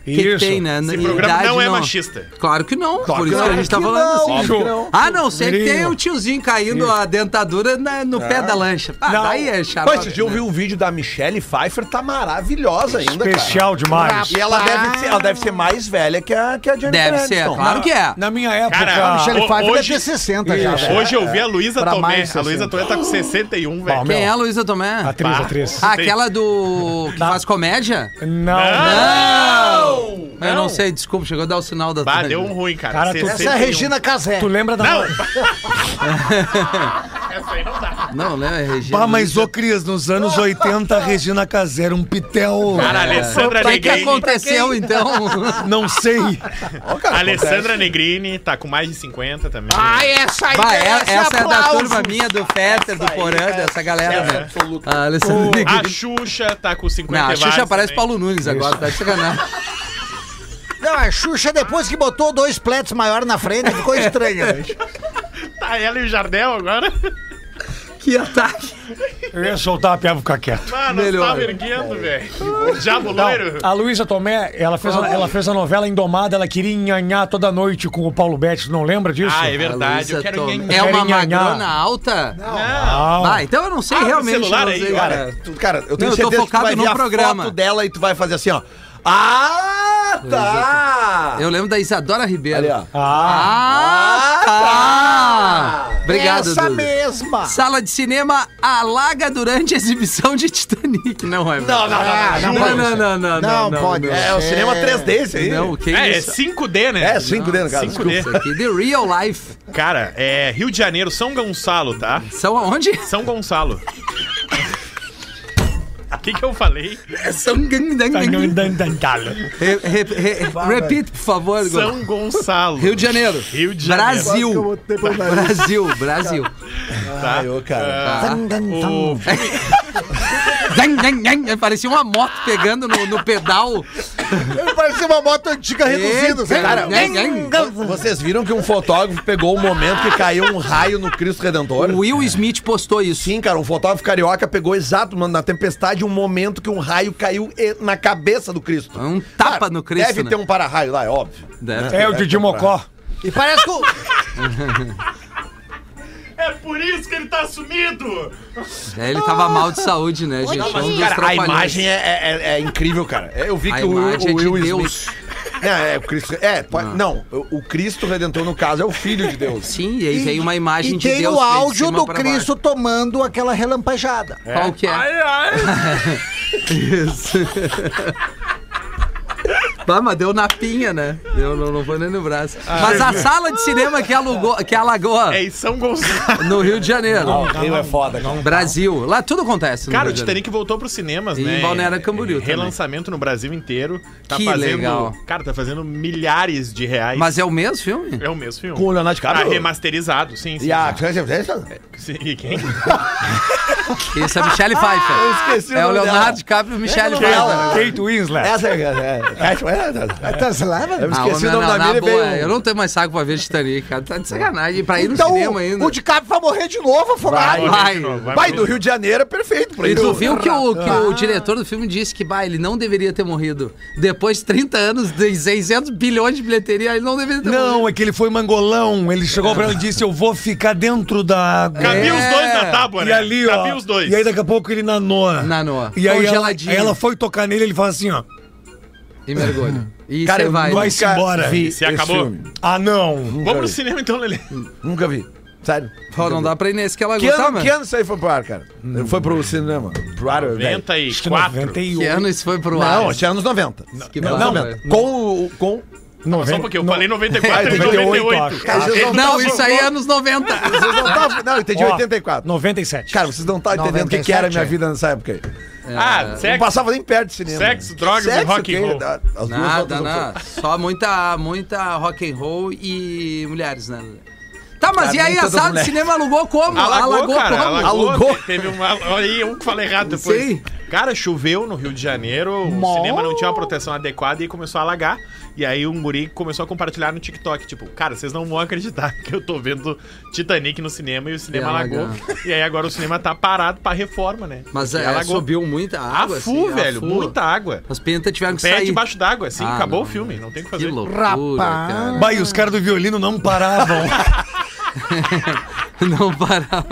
[SPEAKER 5] Que
[SPEAKER 8] Isso.
[SPEAKER 5] tem, né?
[SPEAKER 6] Esse
[SPEAKER 5] Na
[SPEAKER 6] programa
[SPEAKER 5] idade,
[SPEAKER 6] não é machista.
[SPEAKER 5] Claro que não, por isso que a gente tá
[SPEAKER 4] que
[SPEAKER 5] falando
[SPEAKER 4] não,
[SPEAKER 5] assim.
[SPEAKER 4] que não.
[SPEAKER 5] Ah, não, sei que
[SPEAKER 8] Mirinho.
[SPEAKER 5] tem o tiozinho caindo a dentadura na- no pé da lancha. Ah,
[SPEAKER 8] Não.
[SPEAKER 5] daí é
[SPEAKER 7] Mas
[SPEAKER 5] chato.
[SPEAKER 7] esse dia eu vi o vídeo da Michelle Pfeiffer, tá maravilhosa ainda, cara.
[SPEAKER 8] Especial demais.
[SPEAKER 7] E ela deve, ser, ela deve ser mais velha que a, que a Jennifer
[SPEAKER 5] Deve ser,
[SPEAKER 7] Aniston.
[SPEAKER 5] claro que é.
[SPEAKER 8] Na minha época.
[SPEAKER 6] Cara,
[SPEAKER 4] Michelle
[SPEAKER 6] Ho-
[SPEAKER 4] Pfeiffer deve
[SPEAKER 6] hoje-
[SPEAKER 4] ter 60 já, velho.
[SPEAKER 6] Hoje eu vi a Luísa
[SPEAKER 4] Pra
[SPEAKER 6] Tomé.
[SPEAKER 4] mais
[SPEAKER 6] A Luísa
[SPEAKER 4] 60.
[SPEAKER 6] Tomé tá com 61,
[SPEAKER 8] Bom,
[SPEAKER 6] velho.
[SPEAKER 8] meu.
[SPEAKER 5] Quem é a Luísa Tomé?
[SPEAKER 8] Atriz,
[SPEAKER 6] Pá.
[SPEAKER 8] atriz.
[SPEAKER 5] Ah, aquela do. que faz comédia?
[SPEAKER 8] Não,
[SPEAKER 6] né? Não!
[SPEAKER 5] Eu não sei, desculpa, chegou a dar o sinal da
[SPEAKER 6] Bah, deu um ruim, cara.
[SPEAKER 8] Cara, tu-
[SPEAKER 4] Essa é a Regina Casé.
[SPEAKER 8] Tu lembra da.
[SPEAKER 6] Não! Essa aí não dá.
[SPEAKER 5] Não, né, Regina?
[SPEAKER 8] Pá, mas ô Cris, nos anos 80, a Regina Casé era um pitel.
[SPEAKER 6] Cara, a Alessandra
[SPEAKER 5] Mas o que
[SPEAKER 6] Negrini.
[SPEAKER 5] aconteceu então?
[SPEAKER 8] Não sei.
[SPEAKER 7] Ó, cara,
[SPEAKER 6] A
[SPEAKER 7] acontece.
[SPEAKER 6] Alessandra Negrini tá com mais de 50 também.
[SPEAKER 4] Ah, essa aí
[SPEAKER 5] Vai, é-
[SPEAKER 4] merece
[SPEAKER 5] essa é da
[SPEAKER 4] aplauso.
[SPEAKER 5] turma minha, do Fetter, do Porã, dessa galera, né? A Alessandra
[SPEAKER 6] A
[SPEAKER 5] Negrini.
[SPEAKER 6] Xuxa tá com 50
[SPEAKER 5] Não, a
[SPEAKER 6] e vários
[SPEAKER 5] Xuxa parece
[SPEAKER 6] também.
[SPEAKER 5] Paulo Nunes agora, tá de sacanagem.
[SPEAKER 4] Não, a Xuxa, depois que botou dois pletos maior na frente, ficou né? estranha. bicho.
[SPEAKER 6] Tá ela e o Jardel agora.
[SPEAKER 5] Que ataque.
[SPEAKER 8] Eu ia soltar a piada e ficar quieto.
[SPEAKER 6] Mano, nós
[SPEAKER 5] Melhor.
[SPEAKER 6] tava erguendo, velho. Diabo
[SPEAKER 8] Não,
[SPEAKER 6] loiro.
[SPEAKER 8] a Luísa Tomé, ela fez, a, ela fez a novela Indomada, ela queria enhanhar toda noite com o Paulo Betti, não lembra disso?
[SPEAKER 6] Ah, é verdade. Eu
[SPEAKER 5] Luísa
[SPEAKER 6] quero
[SPEAKER 5] Tomé.
[SPEAKER 6] ninguém.
[SPEAKER 5] É uma
[SPEAKER 8] Querem nhanhar.
[SPEAKER 5] magrona alta?
[SPEAKER 6] Não.
[SPEAKER 8] Não.
[SPEAKER 5] Ah, então eu não sei
[SPEAKER 6] Abre o
[SPEAKER 5] realmente.
[SPEAKER 6] celular
[SPEAKER 5] não
[SPEAKER 6] aí,
[SPEAKER 5] sei,
[SPEAKER 6] cara.
[SPEAKER 5] cara.
[SPEAKER 7] é, Tu- Cara, eu tenho
[SPEAKER 5] Não, eu tô
[SPEAKER 7] certeza que tu
[SPEAKER 5] focado
[SPEAKER 7] vai
[SPEAKER 5] no
[SPEAKER 7] ver a
[SPEAKER 5] programa.
[SPEAKER 7] foto dela e tu vai fazer assim, ó. Ah, tá!
[SPEAKER 5] Eu lembro da Isadora Ribeiro.
[SPEAKER 7] Ali, ó.
[SPEAKER 8] Ah,
[SPEAKER 5] Ah, tá. Obrigado,
[SPEAKER 4] essa
[SPEAKER 5] Dudu.
[SPEAKER 4] mesma.
[SPEAKER 5] Sala de cinema alaga durante a exibição de Titanic, não é?
[SPEAKER 7] Não, não, não, não.
[SPEAKER 4] não,
[SPEAKER 5] não, não, não, não,
[SPEAKER 4] Não, pode.
[SPEAKER 7] É o cinema 3D esse aí.
[SPEAKER 5] Não, o que
[SPEAKER 6] É, é
[SPEAKER 5] isso?
[SPEAKER 6] 5D, né?
[SPEAKER 7] É, 5D no caso.
[SPEAKER 6] Cinco D.
[SPEAKER 5] Isso aqui, The Real Life.
[SPEAKER 6] Cara, é Rio de Janeiro, São Gonçalo, tá?
[SPEAKER 5] São aonde?
[SPEAKER 6] São Gonçalo. O que, que eu falei?
[SPEAKER 5] São Re- re- re- Repeat, por favor. Gol.
[SPEAKER 6] São Gonçalo.
[SPEAKER 5] Rio de Janeiro.
[SPEAKER 6] Rio de Janeiro.
[SPEAKER 5] Brasil. Brasil, Brasil.
[SPEAKER 7] Ai, ô, cara. tá.
[SPEAKER 6] O filme-
[SPEAKER 5] Zang, zang, zang. Parecia uma moto pegando no, no pedal.
[SPEAKER 7] Parece uma moto antiga
[SPEAKER 5] reduzindo, sabe?
[SPEAKER 7] cara. né?
[SPEAKER 5] Zang, zang, zang.
[SPEAKER 7] Vocês viram que um fotógrafo pegou o momento que caiu um raio no Cristo Redentor?
[SPEAKER 5] O Will Smith postou isso.
[SPEAKER 7] Sim, cara, um fotógrafo carioca pegou exato, mano, na tempestade, um momento que um raio caiu e- na cabeça do Cristo.
[SPEAKER 5] Um tapa
[SPEAKER 7] Cara,
[SPEAKER 5] no Cristo,
[SPEAKER 7] Deve
[SPEAKER 5] né?
[SPEAKER 7] ter um para-raio lá, é óbvio.
[SPEAKER 5] Deve
[SPEAKER 8] é o Didi Mocó.
[SPEAKER 4] E parece que o...
[SPEAKER 6] É por isso que ele tá sumido!
[SPEAKER 5] É, ele tava mal de saúde, né, gente? É um dos
[SPEAKER 7] Cara, a
[SPEAKER 5] trapalhões.
[SPEAKER 7] imagem é, é- é- é incrível, cara. Eu vi
[SPEAKER 5] A
[SPEAKER 7] que o, o
[SPEAKER 5] imagem é de
[SPEAKER 7] Will Smith-
[SPEAKER 5] Deus. Ah.
[SPEAKER 7] É, é, o Cristo. É, pode- não. o- o Cristo Redentor, no caso, é o Filho de Deus.
[SPEAKER 5] Sim, e aí vem uma imagem
[SPEAKER 4] e
[SPEAKER 5] de
[SPEAKER 4] tem
[SPEAKER 5] Deus.
[SPEAKER 4] o
[SPEAKER 5] né, de
[SPEAKER 4] áudio
[SPEAKER 5] cima
[SPEAKER 4] do
[SPEAKER 5] pra baixo.
[SPEAKER 4] Cristo tomando aquela relampajada.
[SPEAKER 5] Qual que é? Isso. Bah, mas deu na pinha, né? Deu, não, não foi nem no braço.
[SPEAKER 7] Ah,
[SPEAKER 5] Mas a sala de cinema que, alugou, que alagou
[SPEAKER 6] É em São Gonçalo.
[SPEAKER 5] no Rio de Janeiro.
[SPEAKER 7] O Rio é foda, cara.
[SPEAKER 5] Brasil. Lá tudo acontece. No
[SPEAKER 6] Cara, o
[SPEAKER 5] Rio de Janeiro.
[SPEAKER 6] Titanic voltou pros cinemas,
[SPEAKER 5] E
[SPEAKER 6] né?
[SPEAKER 5] em Balneário Camboriú também.
[SPEAKER 6] Relançamento no Brasil inteiro. Tá
[SPEAKER 5] Que
[SPEAKER 6] fazendo.
[SPEAKER 5] legal.
[SPEAKER 6] Cara, tá fazendo milhares de reais.
[SPEAKER 5] Mas é o mesmo filme?
[SPEAKER 6] É o mesmo filme.
[SPEAKER 7] Com o Leonardo
[SPEAKER 6] Tá
[SPEAKER 7] DiCaprio.
[SPEAKER 6] remasterizado, sim. sim,
[SPEAKER 7] E a...
[SPEAKER 6] sim. E quem?
[SPEAKER 5] Esse é Michelle Pfeiffer.
[SPEAKER 7] Ah, esqueci o
[SPEAKER 5] é o
[SPEAKER 7] nome dela.
[SPEAKER 5] Leonardo DiCaprio e Michelle
[SPEAKER 7] Lembra o nome
[SPEAKER 5] Pfeiffer.
[SPEAKER 7] dela?
[SPEAKER 8] Kate Winslet.
[SPEAKER 7] é, Essa é... é, é, Cat é?
[SPEAKER 4] Ah, tá, sei lá, mano.
[SPEAKER 7] Eu esqueci
[SPEAKER 5] não,
[SPEAKER 7] o nome
[SPEAKER 5] não,
[SPEAKER 7] da
[SPEAKER 5] na
[SPEAKER 7] mina é e
[SPEAKER 5] boa,
[SPEAKER 7] veio.
[SPEAKER 5] eu não tenho mais saco pra ver Titanic, cara. Tá de sacanagem. E pra ir
[SPEAKER 4] Então,
[SPEAKER 5] no cinema ainda.
[SPEAKER 4] o, o DiCaprio vai morrer de novo, Afogados.
[SPEAKER 5] Vai.
[SPEAKER 7] Vai, do Rio de Janeiro é perfeito pra
[SPEAKER 5] E
[SPEAKER 7] isso.
[SPEAKER 5] tu viu que o, que o diretor do filme disse que bah, ele não deveria ter morrido. Depois de 30 anos, de 600 bilhões de bilheteria, ele não deveria ter morrido.
[SPEAKER 8] Não, é que ele foi mangolão. Ele chegou pra ela e disse: Eu vou ficar dentro da água.
[SPEAKER 6] Cabia os dois
[SPEAKER 5] É.
[SPEAKER 6] na tábua,
[SPEAKER 8] E
[SPEAKER 6] né?
[SPEAKER 8] ali, ó.
[SPEAKER 6] Cabia os dois.
[SPEAKER 8] E aí daqui a pouco ele nanou.
[SPEAKER 5] Nanou.
[SPEAKER 8] E aí ela,
[SPEAKER 5] Congeladinho.
[SPEAKER 8] aí ela foi tocar nele ele fala assim, ó.
[SPEAKER 5] E mergulho. E
[SPEAKER 7] Cara,
[SPEAKER 5] você
[SPEAKER 7] eu
[SPEAKER 5] vai. né?
[SPEAKER 7] nunca
[SPEAKER 8] Vai-se embora.
[SPEAKER 7] vi
[SPEAKER 6] Se
[SPEAKER 7] esse
[SPEAKER 6] acabou.
[SPEAKER 7] filme.
[SPEAKER 8] Ah, não.
[SPEAKER 6] Vamos pro cinema então, Lelê.
[SPEAKER 7] Nunca vi. Sério.
[SPEAKER 5] Pô, não dá pra ir nesse que ela
[SPEAKER 7] Que
[SPEAKER 5] gostava.
[SPEAKER 7] ano, que ano isso aí foi pro ar, cara?
[SPEAKER 5] Hum.
[SPEAKER 7] Foi pro cinema. Pro ar, velho.
[SPEAKER 6] 94.
[SPEAKER 5] Que ano isso foi pro ar?
[SPEAKER 7] Não, acho que é anos 90.
[SPEAKER 5] que
[SPEAKER 7] Anos
[SPEAKER 5] não,
[SPEAKER 7] 90. Com o... Com...
[SPEAKER 6] Só um pouquinho, eu falei 94 e
[SPEAKER 8] 98,
[SPEAKER 6] 98.
[SPEAKER 8] acho.
[SPEAKER 7] Vocês não
[SPEAKER 5] Não,
[SPEAKER 7] tavam-
[SPEAKER 5] isso aí é anos 90.
[SPEAKER 7] Vocês não tavam- Não, eu entendi
[SPEAKER 8] Ó,
[SPEAKER 7] 84.
[SPEAKER 8] 97.
[SPEAKER 7] Cara, vocês não estão entendendo o que, que
[SPEAKER 4] 97,
[SPEAKER 7] era a minha
[SPEAKER 4] é.
[SPEAKER 7] vida nessa época aí.
[SPEAKER 6] Ah,
[SPEAKER 7] Não
[SPEAKER 6] sexo,
[SPEAKER 7] passava nem perto de cinema.
[SPEAKER 6] sexo, drogas e rock and
[SPEAKER 7] ok,
[SPEAKER 6] roll.
[SPEAKER 7] da- As duas
[SPEAKER 5] Nada,
[SPEAKER 7] outras opções.
[SPEAKER 5] nada. Só muita, muita rock and roll e mulheres, né? Tá, mas
[SPEAKER 7] Cara,
[SPEAKER 5] e aí
[SPEAKER 7] nem
[SPEAKER 5] a
[SPEAKER 7] todas
[SPEAKER 5] sala de
[SPEAKER 7] mulheres.
[SPEAKER 5] cinema alugou como?
[SPEAKER 6] Alagou, cara.
[SPEAKER 5] como?
[SPEAKER 6] Alagou.
[SPEAKER 7] Alugou.
[SPEAKER 6] Te- Teve um, al- aí eu que falei errado depois.
[SPEAKER 5] Sei.
[SPEAKER 6] Cara, choveu no Rio de Janeiro, o cinema não tinha uma proteção adequada e começou a alagar. E aí um guri começou a compartilhar no TikTok, tipo, cara, vocês não vão acreditar que eu tô vendo Titanic no cinema e o cinema
[SPEAKER 5] E
[SPEAKER 6] alagou.
[SPEAKER 5] alagar.
[SPEAKER 6] E aí agora o cinema tá parado pra reforma, né?
[SPEAKER 5] Mas
[SPEAKER 6] E
[SPEAKER 5] é,
[SPEAKER 6] alagou.
[SPEAKER 5] subiu muita
[SPEAKER 6] A
[SPEAKER 5] água.
[SPEAKER 6] fu,
[SPEAKER 5] assim, a
[SPEAKER 6] velho,
[SPEAKER 5] fu.
[SPEAKER 6] muita água.
[SPEAKER 5] As pintas tiveram que
[SPEAKER 6] Pé
[SPEAKER 5] sair.
[SPEAKER 6] debaixo d'água, assim,
[SPEAKER 5] Ah,
[SPEAKER 6] acabou
[SPEAKER 5] não.
[SPEAKER 6] o filme, não tem o
[SPEAKER 5] Que
[SPEAKER 6] que fazer.
[SPEAKER 5] loucura, cara.
[SPEAKER 8] Bah, e os caras do violino não paravam.
[SPEAKER 5] Não parava.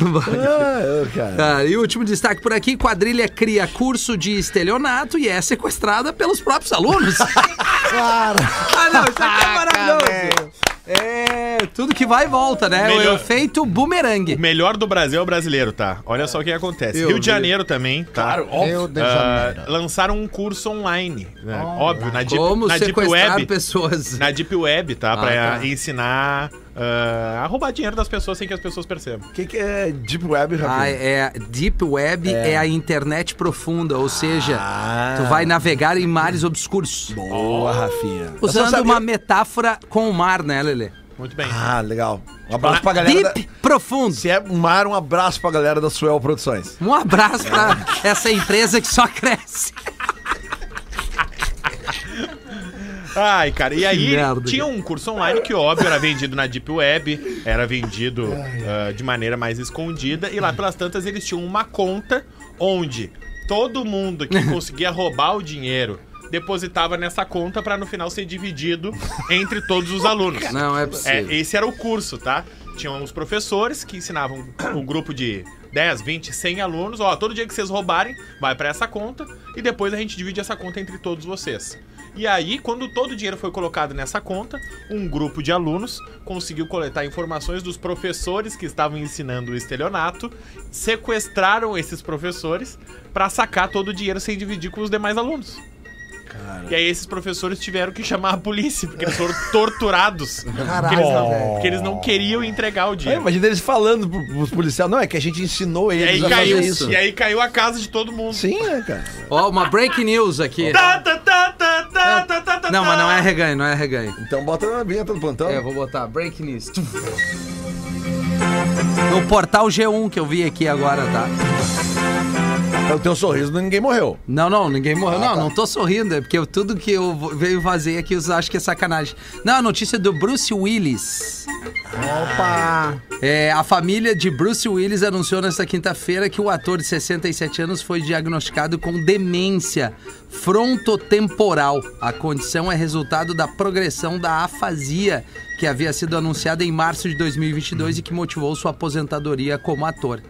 [SPEAKER 5] Não parava.
[SPEAKER 7] Ah, eu, cara.
[SPEAKER 5] Tá, e o último destaque por aqui: quadrilha cria curso de estelionato e é sequestrada pelos próprios alunos.
[SPEAKER 4] Claro.
[SPEAKER 5] Ah, não, isso aqui é maravilhoso. É, tudo que vai e volta, né?
[SPEAKER 6] Melhor-
[SPEAKER 5] O efeito bumerangue.
[SPEAKER 6] O melhor do Brasil é o brasileiro, tá? Olha só o que acontece.
[SPEAKER 5] Eu
[SPEAKER 6] Rio de
[SPEAKER 5] vi.
[SPEAKER 6] Janeiro também, tá? Claro,
[SPEAKER 4] Rio de Janeiro.
[SPEAKER 6] lançaram um curso online, né? óbvio, na Deep,
[SPEAKER 5] Como
[SPEAKER 6] na Deep
[SPEAKER 5] sequestrar
[SPEAKER 6] Web.
[SPEAKER 5] pessoas.
[SPEAKER 6] Na Deep Web, tá? pra
[SPEAKER 5] tá.
[SPEAKER 6] ensinar ah, a roubar dinheiro das pessoas sem que as pessoas percebam.
[SPEAKER 7] O que, que é Deep Web,
[SPEAKER 5] Ah,
[SPEAKER 7] Rafinha?
[SPEAKER 5] é, Deep Web é. a internet profunda, ou seja,
[SPEAKER 7] Ah.
[SPEAKER 5] tu vai navegar em mares obscuros.
[SPEAKER 7] Boa, Rafinha. Eu só
[SPEAKER 5] Usando
[SPEAKER 7] sabia-
[SPEAKER 5] uma metáfora com o mar, né, Lele?
[SPEAKER 6] Muito bem.
[SPEAKER 7] Ah, legal. Um abraço pra galera da...
[SPEAKER 5] Deep profundo.
[SPEAKER 7] Se é um mar, um abraço pra galera da Suel Produções.
[SPEAKER 5] Um abraço pra essa empresa que só cresce.
[SPEAKER 6] Ai, cara, e aí
[SPEAKER 5] merda,
[SPEAKER 6] tinha um curso online que, óbvio, era vendido na Deep Web, era vendido ah, de maneira mais escondida, e lá pelas tantas eles tinham uma conta onde todo mundo que conseguia roubar o dinheiro depositava nessa conta pra no final ser dividido entre todos os alunos.
[SPEAKER 5] Não, é
[SPEAKER 6] É,
[SPEAKER 5] possível.
[SPEAKER 6] esse era o curso, tá? Tinham os professores que ensinavam um grupo de 10, 20, 100 alunos. Ó, todo dia que vocês roubarem, vai pra essa conta e depois a gente divide essa conta entre todos vocês. E aí, quando todo o dinheiro foi colocado nessa conta, um grupo de alunos conseguiu coletar informações dos professores que estavam ensinando o estelionato, sequestraram esses professores pra sacar todo o dinheiro sem dividir com os demais alunos. E aí esses professores tiveram que chamar a polícia, porque eles foram torturados. porque, eles não, porque eles não queriam entregar o
[SPEAKER 7] É,
[SPEAKER 6] dinheiro.
[SPEAKER 7] imagina eles falando pro- pros policiais. Não, é que a gente ensinou
[SPEAKER 6] e,
[SPEAKER 7] eles
[SPEAKER 6] aí
[SPEAKER 7] a
[SPEAKER 6] caiu,
[SPEAKER 7] fazer
[SPEAKER 5] fazer
[SPEAKER 7] isso.
[SPEAKER 6] e aí caiu a casa de todo mundo.
[SPEAKER 7] Sim, né, cara?
[SPEAKER 5] Ó, uma break news aqui.
[SPEAKER 6] Tá, tá, tá, tá, tá, tá, tá, tá,
[SPEAKER 5] Não, mas não é
[SPEAKER 6] tá.
[SPEAKER 5] reganho, não é reganho.
[SPEAKER 7] Então bota na vinheta do plantão.
[SPEAKER 5] É, vou botar break news. No portal G1 que eu vi aqui agora, tá?
[SPEAKER 7] Pelo É teu sorriso, ninguém morreu.
[SPEAKER 5] Não, não, ninguém morreu. não, não tô sorrindo, é porque eu- tudo que eu vo- venho fazer aqui eu acho que é sacanagem. Não, a notícia é do Bruce Willis.
[SPEAKER 4] Opa.
[SPEAKER 5] É, a família de Bruce Willis anunciou nesta quinta-feira que o ator de 67 anos foi diagnosticado com demência frontotemporal. A condição é resultado da progressão da afasia que havia sido anunciada em março de 2022 e que motivou sua aposentadoria como ator.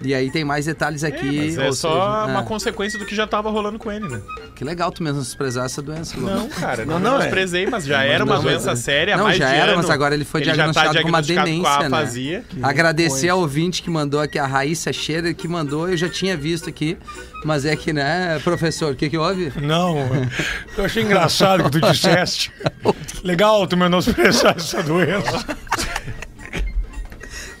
[SPEAKER 5] E aí tem mais detalhes aqui.
[SPEAKER 6] Mas é
[SPEAKER 5] ou
[SPEAKER 6] só
[SPEAKER 5] seja,
[SPEAKER 6] uma
[SPEAKER 5] ah,
[SPEAKER 6] consequência do que já tava rolando com ele, né?
[SPEAKER 5] Que legal tu mesmo desprezar essa doença. Globo.
[SPEAKER 6] Não, cara, não,
[SPEAKER 7] Não,
[SPEAKER 6] não,
[SPEAKER 7] não, é.
[SPEAKER 6] desprezei, mas já era uma
[SPEAKER 5] não,
[SPEAKER 6] doença
[SPEAKER 5] mas- é.
[SPEAKER 6] séria, há
[SPEAKER 5] Não,
[SPEAKER 6] mais
[SPEAKER 5] já
[SPEAKER 6] de
[SPEAKER 5] era,
[SPEAKER 6] ano. tá
[SPEAKER 5] mas agora ele foi diagnosticado com uma
[SPEAKER 6] com a
[SPEAKER 5] demência, né?
[SPEAKER 6] afasia.
[SPEAKER 5] Agradecer ao ouvinte que mandou aqui, a Raíssa Scherer que mandou, eu já tinha visto aqui, mas é que, né, professor, o que que houve?
[SPEAKER 8] Não, eu achei engraçado o que tu disseste. Legal tu menosprezar essa doença.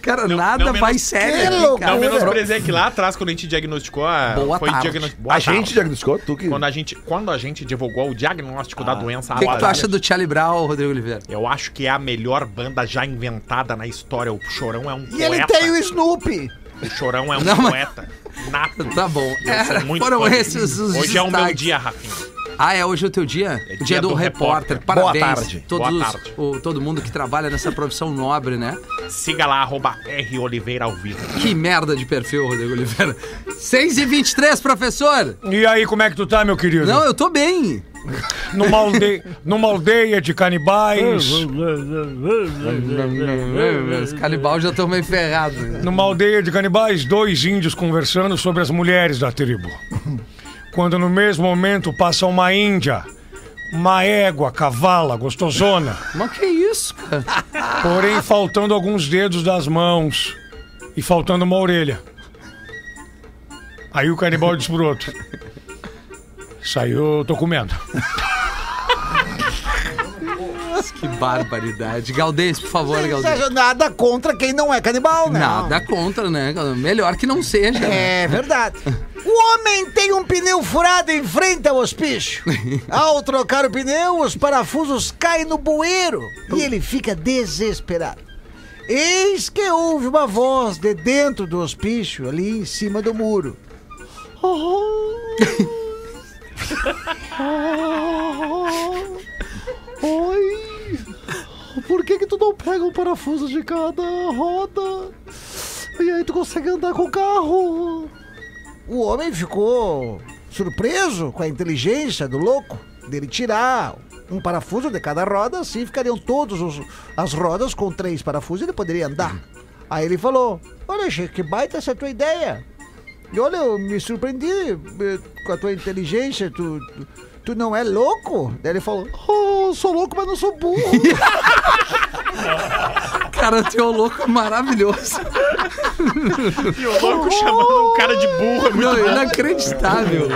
[SPEAKER 5] Cara,
[SPEAKER 6] Não-
[SPEAKER 5] nada
[SPEAKER 6] não
[SPEAKER 5] mais
[SPEAKER 6] menos-
[SPEAKER 5] sério
[SPEAKER 4] Que
[SPEAKER 5] aqui, cara.
[SPEAKER 6] Não menosprezei que lá atrás, quando a gente diagnosticou a.
[SPEAKER 5] Boa tarde.
[SPEAKER 6] diagnos- Boa
[SPEAKER 7] a
[SPEAKER 6] tarde.
[SPEAKER 7] gente diagnosticou, tu que.
[SPEAKER 6] Quando a gente, quando a gente divulgou o diagnóstico da doença
[SPEAKER 5] Ah. O que, que tu
[SPEAKER 6] afasia,
[SPEAKER 5] acha do Charlie Brown, Rodrigo Oliveira?
[SPEAKER 6] Eu acho que é a melhor banda já inventada na história. O Chorão é um
[SPEAKER 4] E ele tem o Snoopy.
[SPEAKER 6] O Chorão é um
[SPEAKER 5] Não, mas-
[SPEAKER 6] poeta nato.
[SPEAKER 5] Tá bom.
[SPEAKER 6] Eu sou
[SPEAKER 5] Era,
[SPEAKER 6] muito
[SPEAKER 5] foram
[SPEAKER 6] fã dele.
[SPEAKER 5] esses os
[SPEAKER 6] Hoje é o meu
[SPEAKER 5] destaques.
[SPEAKER 6] dia, Rafinha.
[SPEAKER 5] Ah, é hoje é o teu dia?
[SPEAKER 6] É
[SPEAKER 5] o dia do, repórter.
[SPEAKER 7] Boa
[SPEAKER 5] Parabéns.
[SPEAKER 7] tarde.
[SPEAKER 5] Todos
[SPEAKER 6] Boa
[SPEAKER 5] os-
[SPEAKER 6] tarde.
[SPEAKER 5] o- todo mundo que trabalha nessa profissão nobre, né?
[SPEAKER 6] Siga lá, arroba R Oliveira ao vivo.
[SPEAKER 5] Que merda de perfil, Rodrigo Oliveira. 6 e 23 professor.
[SPEAKER 8] E aí, como é que tu tá, meu querido?
[SPEAKER 5] Não, eu tô bem.
[SPEAKER 8] Numa, aldeia, numa aldeia de canibais.
[SPEAKER 5] Os calibal já estão meio ferrados. né?
[SPEAKER 8] Numa aldeia de canibais, dois índios conversando sobre as mulheres da tribo. Quando no mesmo momento passa uma índia, uma égua, cavala, gostosona,
[SPEAKER 5] Mas que isso, cara?
[SPEAKER 8] porém faltando alguns dedos das mãos e faltando uma orelha. Aí o canibal diz pro outro: Saiu, tô comendo.
[SPEAKER 5] Que barbaridade. Galdês, por favor,
[SPEAKER 4] é
[SPEAKER 5] Galdês.
[SPEAKER 4] Sérgio, Nada contra quem não é canibal, né?
[SPEAKER 5] Nada contra, né? Galdês? Melhor que não seja. né?
[SPEAKER 4] É verdade. O homem tem um pneu furado em frente ao hospício. Ao trocar o pneu, os parafusos caem no bueiro e ele fica desesperado. Eis que ouve uma voz de dentro do hospício, ali em cima do muro.
[SPEAKER 9] Por que que tu não pega um parafuso de cada roda? E aí tu consegue andar com o carro.
[SPEAKER 4] O homem ficou surpreso com a inteligência do louco dele tirar um parafuso de cada roda, assim ficariam todas as rodas com três parafusos e ele poderia andar. Aí ele falou: Olha, Chico, que baita essa tua ideia. E olha, eu me surpreendi eh, com a tua inteligência, tu, tu, tu não é louco? Daí ele falou:
[SPEAKER 9] Oh, sou louco, mas não sou burro.
[SPEAKER 5] Cara, teu louco é maravilhoso.
[SPEAKER 6] E o louco chamando um cara de burro.
[SPEAKER 5] Não, inacreditável.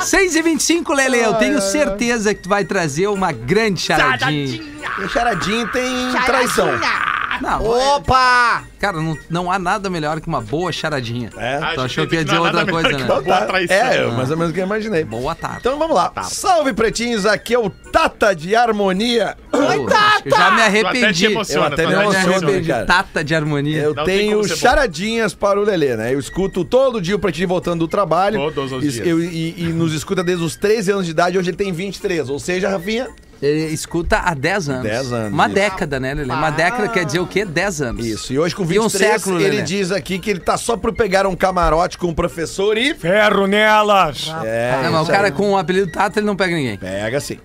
[SPEAKER 5] 6 e 25 Lele, eu tenho certeza que tu vai trazer uma grande charadinha.
[SPEAKER 7] E charadinha tem traição.
[SPEAKER 6] Tá
[SPEAKER 5] Não,
[SPEAKER 4] Opa!
[SPEAKER 5] cara, não, não há nada melhor que uma boa charadinha.
[SPEAKER 7] É.
[SPEAKER 5] Tu achou que ia dizer outra coisa, né?
[SPEAKER 6] Boa traição.
[SPEAKER 7] É, mais ou menos o que eu imaginei.
[SPEAKER 5] Boa tarde.
[SPEAKER 7] Então vamos lá.
[SPEAKER 6] Tá.
[SPEAKER 7] Salve, pretinhos. Aqui é o Tata de Harmonia.
[SPEAKER 5] Ô, acho que eu já me
[SPEAKER 6] Tu até te
[SPEAKER 5] arrependi.
[SPEAKER 6] emociona.
[SPEAKER 7] Eu até
[SPEAKER 6] tu
[SPEAKER 7] me
[SPEAKER 5] Já me
[SPEAKER 6] te
[SPEAKER 7] emociono,
[SPEAKER 6] emociona.
[SPEAKER 5] arrependi.
[SPEAKER 7] cara.
[SPEAKER 5] Tata de harmonia.
[SPEAKER 7] Eu
[SPEAKER 6] Não tem
[SPEAKER 7] tenho
[SPEAKER 6] como ser bom.
[SPEAKER 7] charadinhas para o Lelê, né? Eu escuto todo dia o Pretinho voltando do trabalho.
[SPEAKER 6] Todos os
[SPEAKER 7] E-
[SPEAKER 6] dias.
[SPEAKER 7] eu- e, e nos escuta desde os 13 anos de idade. Hoje ele tem 23. Ou seja, Rafinha,
[SPEAKER 5] Ele escuta há 10 anos.
[SPEAKER 7] 10 anos,
[SPEAKER 5] Uma
[SPEAKER 7] isso.
[SPEAKER 5] década, né, Lele? Uma década quer dizer o quê? 10 anos.
[SPEAKER 7] Isso, e hoje com
[SPEAKER 5] E um
[SPEAKER 7] 23,
[SPEAKER 5] século,
[SPEAKER 7] ele
[SPEAKER 5] Lelê.
[SPEAKER 7] diz aqui que ele tá só por pegar um camarote com o professor e...
[SPEAKER 8] Ferro nelas!
[SPEAKER 7] É,
[SPEAKER 5] Não, mas
[SPEAKER 7] isso
[SPEAKER 5] o cara
[SPEAKER 7] aí.
[SPEAKER 5] com o apelido Tata, ele não pega ninguém.
[SPEAKER 7] Pega sim.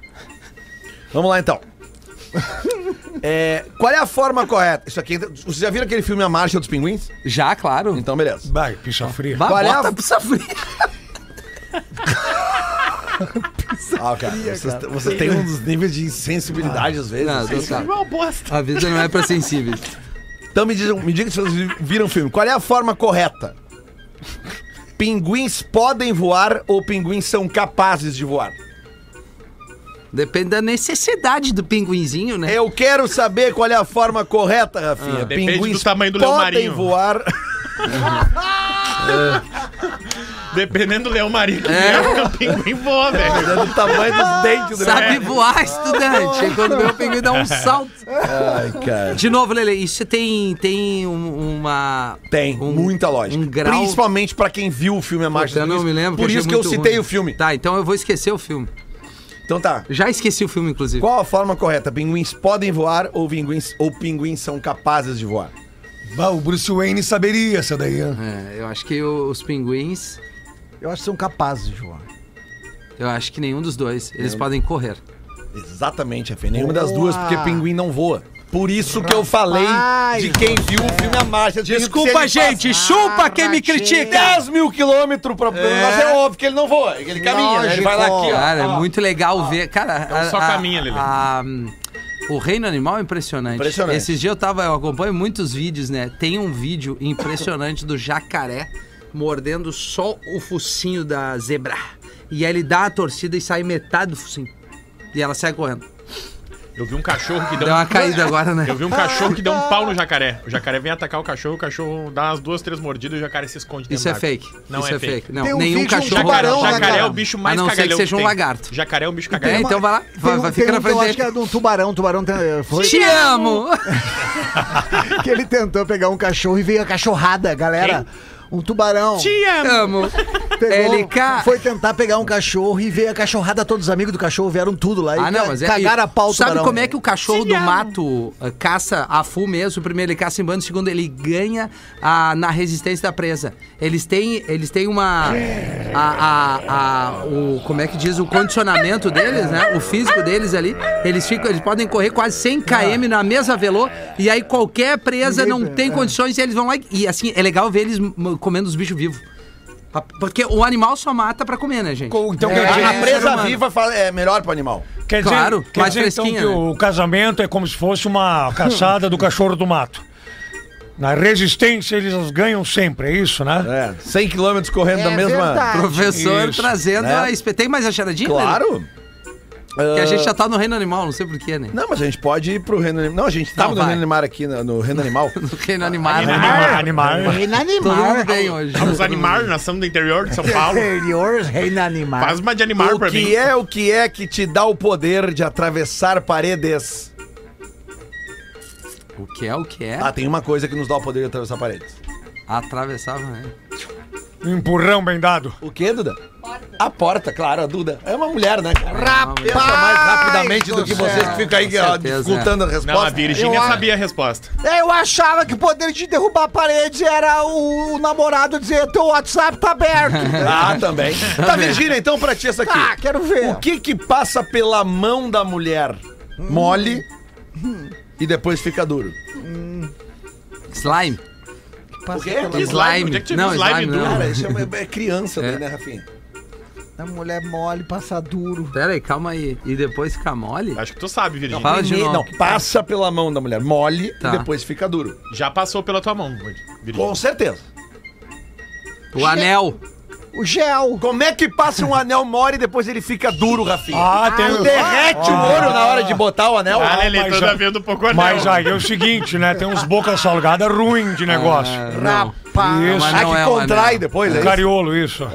[SPEAKER 7] Vamos lá, então. É, qual é a forma correta? Isso aqui, vocês já viram aquele filme A Marcha dos Pinguins?
[SPEAKER 5] Já, claro.
[SPEAKER 7] Então, beleza.
[SPEAKER 8] Vai, picha fria.
[SPEAKER 5] Vá,
[SPEAKER 7] Qual é a-
[SPEAKER 5] bota pro safrinha.
[SPEAKER 7] Ah, cara, vocês, vocês têm uns um níveis de insensibilidade às vezes.
[SPEAKER 5] Não,
[SPEAKER 7] assim.
[SPEAKER 5] tô sabe. A vida não é pra sensíveis.
[SPEAKER 7] Então me digam, me digam se vocês viram o filme. Qual é a forma correta? Pinguins podem voar ou pinguins são capazes de voar?
[SPEAKER 5] Depende da necessidade do pinguinzinho, né?
[SPEAKER 7] Eu quero saber qual é a forma correta,
[SPEAKER 5] Ah,
[SPEAKER 7] Rafinha.
[SPEAKER 6] depende do tamanho do leão
[SPEAKER 7] podem
[SPEAKER 6] marinho.
[SPEAKER 7] voar. né,
[SPEAKER 6] Dependendo do leão marinho que
[SPEAKER 5] É.
[SPEAKER 6] é, o pinguim voa, velho.
[SPEAKER 7] do tamanho dos dentes do
[SPEAKER 5] Sabe
[SPEAKER 7] leão.
[SPEAKER 5] voar, estudante. É quando vê o pinguim dá um salto.
[SPEAKER 7] Ai, cara.
[SPEAKER 5] De novo, Lele, isso tem, tem um- uma.
[SPEAKER 7] Tem,
[SPEAKER 5] um-
[SPEAKER 7] muita lógica.
[SPEAKER 5] Um grau.
[SPEAKER 7] Principalmente pra quem viu o filme A Marcha
[SPEAKER 5] Eu
[SPEAKER 7] dos
[SPEAKER 5] não me
[SPEAKER 7] Pinguins.
[SPEAKER 5] lembro.
[SPEAKER 7] Por
[SPEAKER 5] achei
[SPEAKER 7] isso que eu
[SPEAKER 5] muito
[SPEAKER 7] citei
[SPEAKER 5] ruim.
[SPEAKER 7] o filme.
[SPEAKER 5] Tá, então eu vou esquecer o filme.
[SPEAKER 7] Então tá.
[SPEAKER 5] Já esqueci o filme, inclusive.
[SPEAKER 7] Qual a forma correta? Pinguins podem voar ou pinguins, ou pinguins são capazes de voar?
[SPEAKER 8] Bah, o Bruce Wayne saberia essa daí. né?
[SPEAKER 5] É, eu acho que o- os pinguins.
[SPEAKER 4] Eu acho que são capazes, João.
[SPEAKER 5] Eu acho que nenhum dos dois. Eles
[SPEAKER 7] É.
[SPEAKER 5] podem correr.
[SPEAKER 7] Exatamente, Rafinha. Nenhuma das duas, porque pinguim não voa. Por isso que eu falei
[SPEAKER 4] Rapaz,
[SPEAKER 7] de quem viu o filme A Marcha dos
[SPEAKER 5] Desculpa,
[SPEAKER 7] Pinguins, que ele
[SPEAKER 5] gente. Chupa quem me critica.
[SPEAKER 7] Faz 10 mil quilômetros pra... Mas é óbvio que ele não voa. Ele caminha, né? Ele vai lá aqui, ó.
[SPEAKER 5] Cara, é muito legal ver. Cara, a-
[SPEAKER 6] é um só
[SPEAKER 5] a-
[SPEAKER 6] caminha, Lelê.
[SPEAKER 5] a- hum, o reino animal é impressionante.
[SPEAKER 7] Impressionante.
[SPEAKER 5] Esses dias eu tava, eu acompanho muitos vídeos, né? Tem um vídeo impressionante do jacaré mordendo só o focinho da zebra. E aí ele dá a torcida e sai metade do focinho. E ela sai correndo.
[SPEAKER 6] Eu vi um cachorro que deu,
[SPEAKER 5] Deu uma caída agora, né?
[SPEAKER 6] Eu vi um cachorro que deu um pau no jacaré. O jacaré vem atacar o cachorro, o cachorro dá umas duas, três mordidas e o jacaré se esconde dentro
[SPEAKER 5] Isso é
[SPEAKER 6] d'água.
[SPEAKER 5] fake.
[SPEAKER 6] Não
[SPEAKER 5] Isso
[SPEAKER 6] é, fake.
[SPEAKER 5] Não,
[SPEAKER 4] Tem um
[SPEAKER 5] nenhum
[SPEAKER 4] vídeo de um
[SPEAKER 5] cachorro.
[SPEAKER 6] Jacaré,
[SPEAKER 4] Tubarão,
[SPEAKER 5] morde
[SPEAKER 6] jacaré
[SPEAKER 4] cara?
[SPEAKER 6] é o bicho mais
[SPEAKER 5] né, A não ser
[SPEAKER 6] cagalhão
[SPEAKER 5] que seja um
[SPEAKER 6] tem.
[SPEAKER 5] lagarto.
[SPEAKER 6] Jacaré é o bicho
[SPEAKER 5] É,
[SPEAKER 6] cagalhão.
[SPEAKER 5] então vai lá. Vai, vai, fica na
[SPEAKER 4] Eu
[SPEAKER 5] frente
[SPEAKER 4] acho um- que é
[SPEAKER 5] dele.
[SPEAKER 4] de um tubarão. O tubarão tem- foi
[SPEAKER 5] Te amo!
[SPEAKER 4] que ele tentou pegar um cachorro e veio a cachorrada, galera. um tubarão.
[SPEAKER 6] Te amo.
[SPEAKER 5] Amo.
[SPEAKER 4] Pegou,
[SPEAKER 5] LK.
[SPEAKER 4] Foi tentar pegar um cachorro e veio a cachorrada, todos os amigos do cachorro vieram tudo lá. e
[SPEAKER 5] Ah, não, mas é.
[SPEAKER 4] Cagaram a pau o
[SPEAKER 5] Sabe
[SPEAKER 4] tubarão.
[SPEAKER 5] como é que o cachorro do mato eh, caça a full mesmo? Primeiro ele caça em bando, segundo ele ganha a, na resistência da presa. Eles têm, eles têm uma. A, a, a- o, como é que diz? O condicionamento deles, né? O físico deles ali. Eles, ficam, eles podem correr quase 100
[SPEAKER 4] Ah.
[SPEAKER 5] km na mesa velô. E aí qualquer presa não
[SPEAKER 4] é.
[SPEAKER 5] tem condições e eles vão lá. e- E assim, é legal ver eles m- comendo os bichos vivos. Pa- Porque o animal só mata pra comer, né, gente?
[SPEAKER 8] Então
[SPEAKER 7] A-
[SPEAKER 8] quer dizer,
[SPEAKER 5] é,
[SPEAKER 7] a,
[SPEAKER 5] ser
[SPEAKER 7] presa
[SPEAKER 5] humano.
[SPEAKER 7] viva fala- é melhor pro animal.
[SPEAKER 8] quer dizer,
[SPEAKER 5] claro,
[SPEAKER 8] quer
[SPEAKER 5] mais
[SPEAKER 8] dizer então que
[SPEAKER 5] fresquinha, né?
[SPEAKER 8] o casamento é como se fosse uma caçada do cachorro do mato. Na resistência eles ganham sempre, é isso, né?
[SPEAKER 7] É, 100 km correndo da mesma.
[SPEAKER 4] É verdade.
[SPEAKER 5] Professor
[SPEAKER 8] Isso,
[SPEAKER 5] trazendo
[SPEAKER 7] né?
[SPEAKER 5] a espe- Tem mais a charadinha? Lelê?
[SPEAKER 7] Claro.
[SPEAKER 5] Que a
[SPEAKER 7] Ah,
[SPEAKER 5] gente já tá no reino animal, não sei porquê, né?
[SPEAKER 7] Não, mas a gente pode ir pro Reino Animal. Não, a gente tava
[SPEAKER 5] Não,
[SPEAKER 7] no
[SPEAKER 5] vai.
[SPEAKER 7] Reino Animal aqui, no, no Reino Animal.
[SPEAKER 5] No reino
[SPEAKER 7] É.
[SPEAKER 5] animal.
[SPEAKER 8] Animal. animal.
[SPEAKER 4] Reino
[SPEAKER 5] Todo mundo
[SPEAKER 4] animal.
[SPEAKER 5] bem hoje.
[SPEAKER 6] Os animais, nação do interior de São Paulo.
[SPEAKER 4] Interior, reino animal.
[SPEAKER 6] Faz uma de animal pra
[SPEAKER 7] o
[SPEAKER 6] mim.
[SPEAKER 7] que é o que é que te dá o poder de atravessar paredes?
[SPEAKER 5] O que é, o que é?
[SPEAKER 7] Ah, tem uma coisa que nos dá o poder de atravessar paredes.
[SPEAKER 5] Atravessava, né?
[SPEAKER 7] É.
[SPEAKER 8] Um empurrão bem dado.
[SPEAKER 7] O que, Duda? A porta, claro, a Duda. É uma mulher, né? Rápida mais rapidamente do que vocês que ficam aí
[SPEAKER 5] Com
[SPEAKER 7] ó,
[SPEAKER 5] certeza,
[SPEAKER 7] dificultando né? a é
[SPEAKER 6] Não, a
[SPEAKER 7] resposta.
[SPEAKER 6] Virgínia sabia a resposta.
[SPEAKER 4] Eu achava que o poder de derrubar a parede era o, o namorado dizer teu WhatsApp tá aberto.
[SPEAKER 7] Ah, também. Tá, Virgínia, então pra ti essa aqui.
[SPEAKER 4] ah, quero ver.
[SPEAKER 7] O que que passa pela mão da mulher?
[SPEAKER 4] Hum.
[SPEAKER 7] Mole e depois fica duro.
[SPEAKER 5] Slime.
[SPEAKER 4] Passa
[SPEAKER 7] quê?
[SPEAKER 4] pela
[SPEAKER 6] Que slime?
[SPEAKER 5] slime.
[SPEAKER 6] Onde é que tinha
[SPEAKER 5] Não,
[SPEAKER 6] slime,
[SPEAKER 5] slime
[SPEAKER 6] duro?
[SPEAKER 5] não.
[SPEAKER 7] Cara, isso é, é criança daí,
[SPEAKER 5] É.
[SPEAKER 7] né, Rafinha?
[SPEAKER 4] A mulher mole, passa duro.
[SPEAKER 5] Pera aí, calma aí. E depois fica mole?
[SPEAKER 6] Acho que tu sabe, Virgínia.
[SPEAKER 5] Fala de
[SPEAKER 7] Menino,
[SPEAKER 5] novo.
[SPEAKER 7] não, Ah, passa pela mão da mulher. Mole
[SPEAKER 5] Tá.
[SPEAKER 7] e depois fica duro.
[SPEAKER 6] Já passou pela tua mão, Virgínia.
[SPEAKER 7] Com certeza.
[SPEAKER 5] O anel.
[SPEAKER 4] O gel.
[SPEAKER 7] Como é que passa um anel mole e depois ele fica duro, Rafinha?
[SPEAKER 8] Ah, tem.
[SPEAKER 7] Derrete né?
[SPEAKER 4] ah,
[SPEAKER 7] o ouro na hora de botar o anel.
[SPEAKER 6] Ah,
[SPEAKER 8] Ah,
[SPEAKER 6] Lelê,
[SPEAKER 8] mas
[SPEAKER 6] tu tá
[SPEAKER 8] já-
[SPEAKER 6] vendo um pouco anel.
[SPEAKER 8] Mas aí é o seguinte, né? Tem uns boca salgada ruim de negócio.
[SPEAKER 5] Ah,
[SPEAKER 7] é
[SPEAKER 5] não.
[SPEAKER 4] Rapaz.
[SPEAKER 8] Isso.
[SPEAKER 5] mas
[SPEAKER 7] Ah,
[SPEAKER 5] não
[SPEAKER 7] que
[SPEAKER 5] é um
[SPEAKER 7] contrai
[SPEAKER 5] anel.
[SPEAKER 7] depois, é isso?
[SPEAKER 8] Cariolo, isso.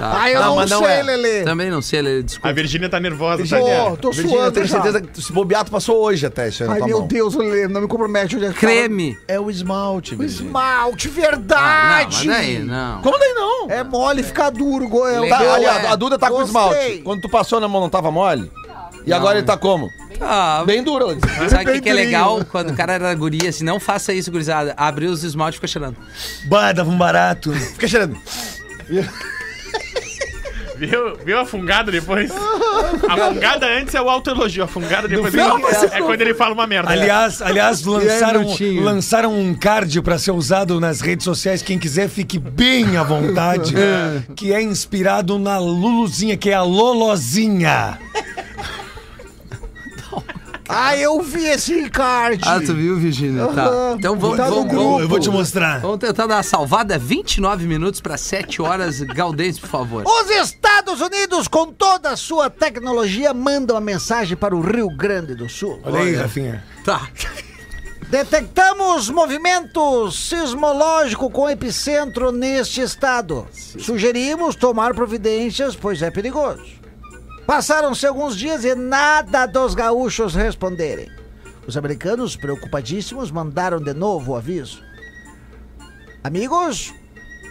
[SPEAKER 4] Ah, eu
[SPEAKER 7] Não,
[SPEAKER 4] não,
[SPEAKER 7] mas não
[SPEAKER 4] sei,
[SPEAKER 7] é.
[SPEAKER 4] Lelê.
[SPEAKER 5] Também não sei, Lelê, desculpa.
[SPEAKER 6] A Virgínia tá nervosa, tá?
[SPEAKER 4] Pô, tô
[SPEAKER 7] Virgínia, eu
[SPEAKER 4] suando
[SPEAKER 7] tenho
[SPEAKER 4] já.
[SPEAKER 7] certeza que Tá esse bobeato passou hoje até isso aí na
[SPEAKER 4] Ai,
[SPEAKER 7] tua
[SPEAKER 4] meu
[SPEAKER 7] mão.
[SPEAKER 4] Deus, Lelê, não me compromete. Onde é que
[SPEAKER 5] Creme.
[SPEAKER 7] É o esmalte,
[SPEAKER 4] Tá? O
[SPEAKER 7] Virgínia.
[SPEAKER 4] esmalte,
[SPEAKER 5] Ah, não,
[SPEAKER 4] verdade.
[SPEAKER 5] mas daí, não.
[SPEAKER 7] Como daí não?
[SPEAKER 4] É mole ficar duro, igual eu.
[SPEAKER 7] Tá,
[SPEAKER 5] Legal,
[SPEAKER 7] ali,
[SPEAKER 5] é.
[SPEAKER 7] a, a Duda tá com
[SPEAKER 4] Gostei.
[SPEAKER 7] esmalte. Quando tu passou na mão, não tava mole? E agora ele tá como?
[SPEAKER 5] Ah,
[SPEAKER 7] Bem duro, ela disse.
[SPEAKER 5] Sabe o que,
[SPEAKER 4] bem
[SPEAKER 5] que é
[SPEAKER 4] durinho.
[SPEAKER 5] legal? Quando o cara era guria, assim, não faça isso, gurizada. Abriu os esmalte e fica cheirando.
[SPEAKER 7] Bah, dava um barato. Fica cheirando.
[SPEAKER 6] Viu, viu a fungada depois? A fungada antes é o autoelogio, a fungada depois é,
[SPEAKER 7] Não, mas
[SPEAKER 6] é quando ele fala uma merda.
[SPEAKER 10] Aliás, aliás lançaram,
[SPEAKER 5] minutinho.
[SPEAKER 10] lançaram um card pra ser usado nas redes sociais. Quem quiser, fique bem à vontade. que é inspirado na Luluzinha, que é a Lolozinha.
[SPEAKER 4] Ah, eu vi esse card.
[SPEAKER 5] Ah, tu viu, Virginia? Tá.
[SPEAKER 4] Aham.
[SPEAKER 5] Então vamos,
[SPEAKER 4] Tá no
[SPEAKER 5] vamos,
[SPEAKER 4] grupo.
[SPEAKER 5] vamos,
[SPEAKER 10] Eu vou te mostrar.
[SPEAKER 5] Vamos tentar dar uma salvada. 29 minutos para 7 horas. Galdês, por favor.
[SPEAKER 4] Os Estados Unidos, com toda a sua tecnologia, mandam a mensagem para o Rio Grande do Sul.
[SPEAKER 10] Olha aí, Rafinha.
[SPEAKER 5] Tá.
[SPEAKER 4] Detectamos movimento sismológico com epicentro neste estado. Sugerimos tomar providências, pois é perigoso. Passaram-se alguns dias e nada dos gaúchos responderem. Os americanos, preocupadíssimos, mandaram de novo o aviso. Amigos,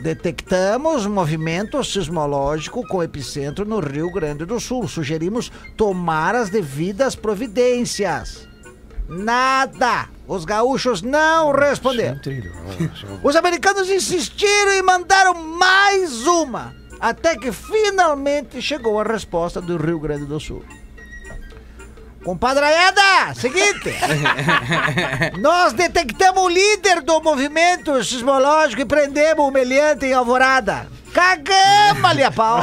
[SPEAKER 4] detectamos movimento sismológico com epicentro no Rio Grande do Sul. Sugerimos tomar as devidas providências. Nada! Os gaúchos não responderam. Os americanos insistiram e mandaram mais uma, até que finalmente chegou a resposta do Rio Grande do Sul. Compadraiada, seguinte. Nós detectamos o líder do movimento sismológico e prendemos o meliante em Alvorada. Cagamos-lhe a pau.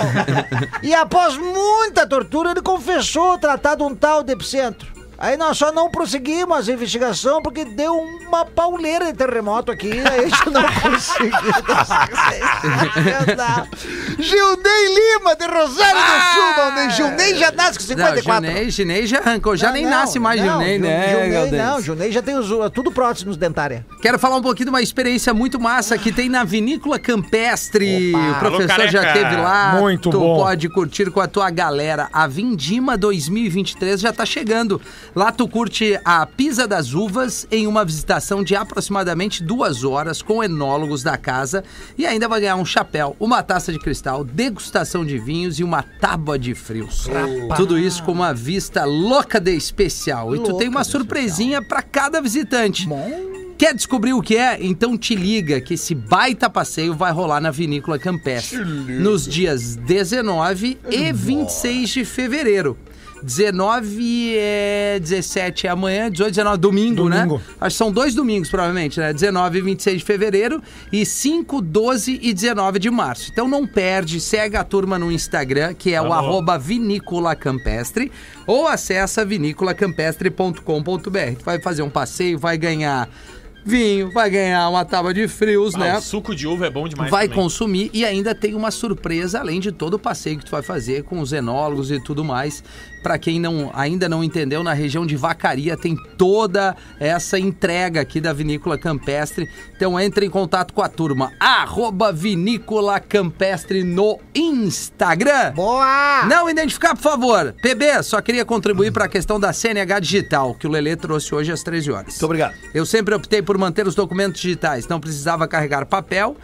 [SPEAKER 4] E após muita tortura, ele confessou tratar de um tal de epicentro. Aí nós só não prosseguimos a investigação porque deu uma pauleira de terremoto aqui. Aí a gente não conseguiu. dar sequência. Não dá. Gilney Lima, de Rosário
[SPEAKER 5] Ah!
[SPEAKER 4] do Sul, Valdem. Gilney já nasce com
[SPEAKER 5] Não,
[SPEAKER 4] 54.
[SPEAKER 5] Junei, Junei já arrancou, já
[SPEAKER 4] Não,
[SPEAKER 5] nem
[SPEAKER 4] não,
[SPEAKER 5] nasce mais
[SPEAKER 4] não,
[SPEAKER 5] Junei, né?
[SPEAKER 4] Junei
[SPEAKER 5] Galdêncio?
[SPEAKER 4] não, Junei já tem os, uh, tudo próximos dentária.
[SPEAKER 5] Quero falar um pouquinho de uma experiência muito massa que tem na Vinícola Campestre. o professor
[SPEAKER 6] Alô,
[SPEAKER 5] já
[SPEAKER 6] careca.
[SPEAKER 5] teve lá.
[SPEAKER 8] Muito
[SPEAKER 5] tu
[SPEAKER 8] bom.
[SPEAKER 5] pode curtir com a tua galera. A Vindima 2023 já tá chegando. Lá tu curte a Pisa das Uvas em uma visitação de aproximadamente duas horas com enólogos da casa e ainda vai ganhar um chapéu, uma taça de cristal, degustação de vinhos e uma tábua de frios. Tudo isso com uma vista louca de especial. e tu tem uma surpresinha pra cada visitante. Quer descobrir o que é? Então te liga que esse baita passeio vai rolar na Vinícola Campestre nos dias 19 e 26 de fevereiro. 19 é 17 é amanhã, 18 19 domingo, né?
[SPEAKER 8] Domingo.
[SPEAKER 5] Acho que são dois domingos provavelmente, né? 19 e 26 de fevereiro e 5, 12 e 19 de março. Então não perde, segue a turma no Instagram, que é o arroba vinícola campestre, ou acessa vinícolacampestre.com.br. Tu Vai fazer um passeio, vai ganhar vinho, vai ganhar uma tábua de frios,
[SPEAKER 6] Ah,
[SPEAKER 5] né?
[SPEAKER 6] O suco de uva é bom demais.
[SPEAKER 5] vai
[SPEAKER 6] também.
[SPEAKER 5] consumir e ainda tem uma surpresa além de todo o passeio que tu vai fazer com os enólogos e tudo mais. Pra quem não, ainda não entendeu, na região de Vacaria tem toda essa entrega aqui da Vinícola Campestre. Então entre em contato com a turma arroba Vinícola Campestre no Instagram.
[SPEAKER 4] Boa!
[SPEAKER 5] Não identificar, por favor. PB, só queria contribuir para a questão da CNH digital, que o Lelê trouxe hoje às 13 horas.
[SPEAKER 7] Muito obrigado.
[SPEAKER 5] Eu sempre optei por manter os documentos digitais, não precisava carregar papel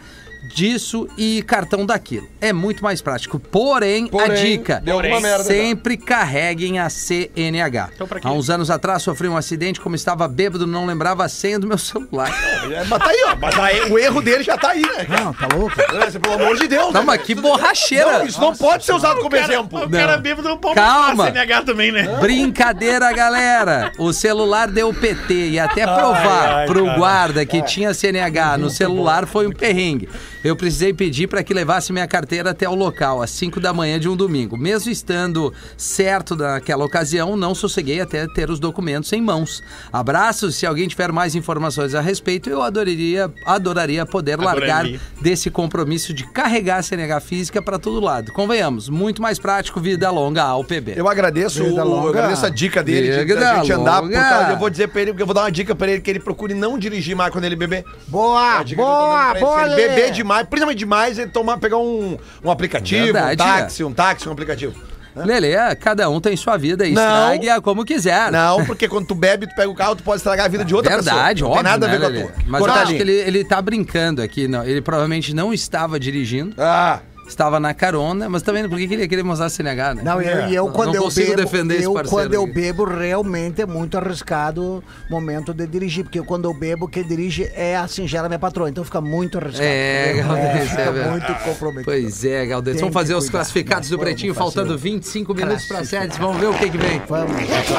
[SPEAKER 5] disso e cartão daquilo. É muito mais prático. Porém, a
[SPEAKER 7] Porém,
[SPEAKER 5] dica,
[SPEAKER 7] deu uma merda já.
[SPEAKER 5] sempre carreguem a CNH.
[SPEAKER 6] Então, pra quê?
[SPEAKER 5] Há uns anos atrás sofri um acidente, como estava bêbado, não lembrava a senha do meu celular.
[SPEAKER 7] É, Mas tá aí, ó. Mas aí, o erro dele já tá aí, né? cara?
[SPEAKER 4] Não, tá louco?
[SPEAKER 7] Lance, Pelo amor de Deus.
[SPEAKER 5] Não,
[SPEAKER 7] né?
[SPEAKER 5] mas que
[SPEAKER 7] Não,
[SPEAKER 5] borracheira!
[SPEAKER 7] isso não pode ser usado como
[SPEAKER 6] Cara,
[SPEAKER 7] exemplo.
[SPEAKER 6] O cara
[SPEAKER 5] Não.
[SPEAKER 6] bêbado não pode
[SPEAKER 5] Calma.
[SPEAKER 6] falar CNH também, né?
[SPEAKER 5] Brincadeira, galera! O celular deu PT e até provar
[SPEAKER 8] Ai, ai,
[SPEAKER 5] pro
[SPEAKER 8] cara. É.
[SPEAKER 5] guarda que tinha CNH no celular foi um perrengue. Eu precisei pedir para que levasse minha carteira até o local, às 5 da manhã de um domingo. Mesmo estando certo naquela ocasião, não sosseguei até ter os documentos em mãos. Abraços, se alguém tiver mais informações a respeito, eu adoraria, adoraria poder largar
[SPEAKER 6] Adoraria.
[SPEAKER 5] desse compromisso de carregar a CNH física para todo lado. Convenhamos, muito mais prático, vida longa ao PB.
[SPEAKER 7] Eu agradeço,
[SPEAKER 4] Vida
[SPEAKER 7] o- eu
[SPEAKER 4] longa.
[SPEAKER 7] agradeço a dica dele de-
[SPEAKER 5] Vida
[SPEAKER 7] da gente andar por
[SPEAKER 5] longa.
[SPEAKER 7] causa. Eu vou dizer pra ele, porque eu vou dar uma dica pra ele que ele procure não dirigir mais quando ele beber.
[SPEAKER 4] Boa,
[SPEAKER 7] A dica que eu tô dando
[SPEAKER 4] Ah, boa,
[SPEAKER 7] pra ele,
[SPEAKER 4] boa,
[SPEAKER 7] se ele
[SPEAKER 4] Lelê.
[SPEAKER 7] beber demais, principalmente demais, ele tomar, pegar um, um aplicativo,
[SPEAKER 5] Verdade,
[SPEAKER 7] um táxi, um táxi, um aplicativo.
[SPEAKER 5] Lele, cada um tem sua vida e
[SPEAKER 7] Não.
[SPEAKER 5] estrague-a como quiser.
[SPEAKER 7] Não, porque quando tu bebe, tu pega o carro, tu pode estragar a vida de outra
[SPEAKER 5] Verdade,
[SPEAKER 7] pessoa.
[SPEAKER 5] óbvio.
[SPEAKER 7] Não tem nada a
[SPEAKER 5] né,
[SPEAKER 7] ver com a
[SPEAKER 5] Lelê?
[SPEAKER 7] tua.
[SPEAKER 5] Mas eu
[SPEAKER 7] Corta a
[SPEAKER 5] acho que
[SPEAKER 7] linha.
[SPEAKER 5] ele, ele tá brincando aqui. Não. Ele provavelmente não estava dirigindo,
[SPEAKER 7] Ah,
[SPEAKER 5] estava na carona, mas também por que que ele ia querer mostrar CNH, né?
[SPEAKER 4] Não, eu, e eu
[SPEAKER 5] Não
[SPEAKER 4] quando eu
[SPEAKER 5] consigo
[SPEAKER 4] bebo,
[SPEAKER 5] defender esse
[SPEAKER 4] eu
[SPEAKER 5] parceiro
[SPEAKER 4] quando eu
[SPEAKER 5] aqui.
[SPEAKER 4] bebo realmente é muito arriscado o momento de dirigir, porque quando eu bebo quem dirige é a singela minha patroa, então fica muito arriscado.
[SPEAKER 5] É, Galdês,
[SPEAKER 4] fica
[SPEAKER 5] é verdade.
[SPEAKER 4] muito comprometido.
[SPEAKER 5] Pois é, Galdês.
[SPEAKER 4] Tem
[SPEAKER 5] Vamos fazer
[SPEAKER 4] que
[SPEAKER 5] os
[SPEAKER 4] cuidar.
[SPEAKER 5] classificados do
[SPEAKER 4] Vamos
[SPEAKER 5] Pretinho,
[SPEAKER 4] fazer.
[SPEAKER 5] faltando 25 minutos para
[SPEAKER 4] Classificado.
[SPEAKER 5] 7. Vamos ver o que, que vem.
[SPEAKER 4] Vamos.
[SPEAKER 5] Vamos ver o que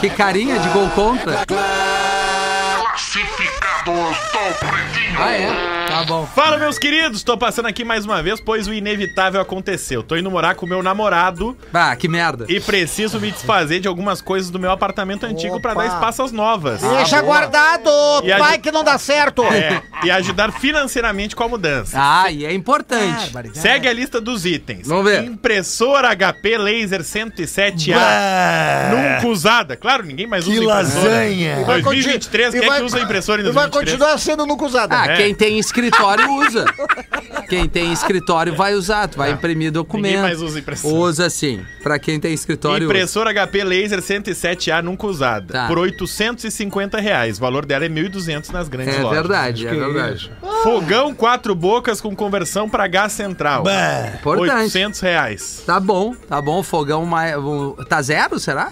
[SPEAKER 5] vem. Que carinha de gol contra.
[SPEAKER 1] Classificados do Pretinho.
[SPEAKER 5] Ah, é? Tá bom.
[SPEAKER 6] Fala, meus queridos! Tô passando aqui mais uma vez, pois o inevitável aconteceu. Tô indo morar com o meu namorado
[SPEAKER 5] Ah, que merda.
[SPEAKER 6] e preciso me desfazer de algumas coisas do meu apartamento antigo pra
[SPEAKER 4] Opa. Ah.
[SPEAKER 6] dar espaço às novas.
[SPEAKER 4] Deixa guardado,
[SPEAKER 6] E a
[SPEAKER 4] vai
[SPEAKER 6] gente-
[SPEAKER 4] que não dá certo.
[SPEAKER 6] É, e ajudar financeiramente com a mudança.
[SPEAKER 5] Ah, e é importante.
[SPEAKER 4] Barbaridade.
[SPEAKER 6] Segue a lista dos itens.
[SPEAKER 5] Vamos ver.
[SPEAKER 6] Impressora HP Laser 107A. Nunca usada. Claro, ninguém mais
[SPEAKER 8] Que
[SPEAKER 6] usa impressora.
[SPEAKER 8] lasanha.
[SPEAKER 4] E vai continu-
[SPEAKER 6] 2023,
[SPEAKER 4] e
[SPEAKER 6] quem é
[SPEAKER 4] vai-
[SPEAKER 6] que usa impressora em
[SPEAKER 4] E vai
[SPEAKER 6] 2023?
[SPEAKER 4] continuar sendo nunca usada.
[SPEAKER 5] Ah,
[SPEAKER 6] É.
[SPEAKER 5] quem tem escritório usa. Quem tem escritório vai usar, tu vai imprimir documento.
[SPEAKER 6] Ninguém mais usa impressora.
[SPEAKER 5] Usa sim. Pra quem tem escritório, usa.
[SPEAKER 6] Impressora HP Laser 107A nunca usada.
[SPEAKER 5] Tá.
[SPEAKER 6] Por 850 reais. O valor dela é 1.200 nas grandes
[SPEAKER 5] É
[SPEAKER 6] lojas. Ah.
[SPEAKER 5] verdade, é verdade.
[SPEAKER 6] Fogão quatro bocas com conversão pra gás central.
[SPEAKER 7] É.
[SPEAKER 5] Importante.
[SPEAKER 6] 800 reais.
[SPEAKER 5] Tá bom, tá bom. Fogão mais. um- Tá zero, será?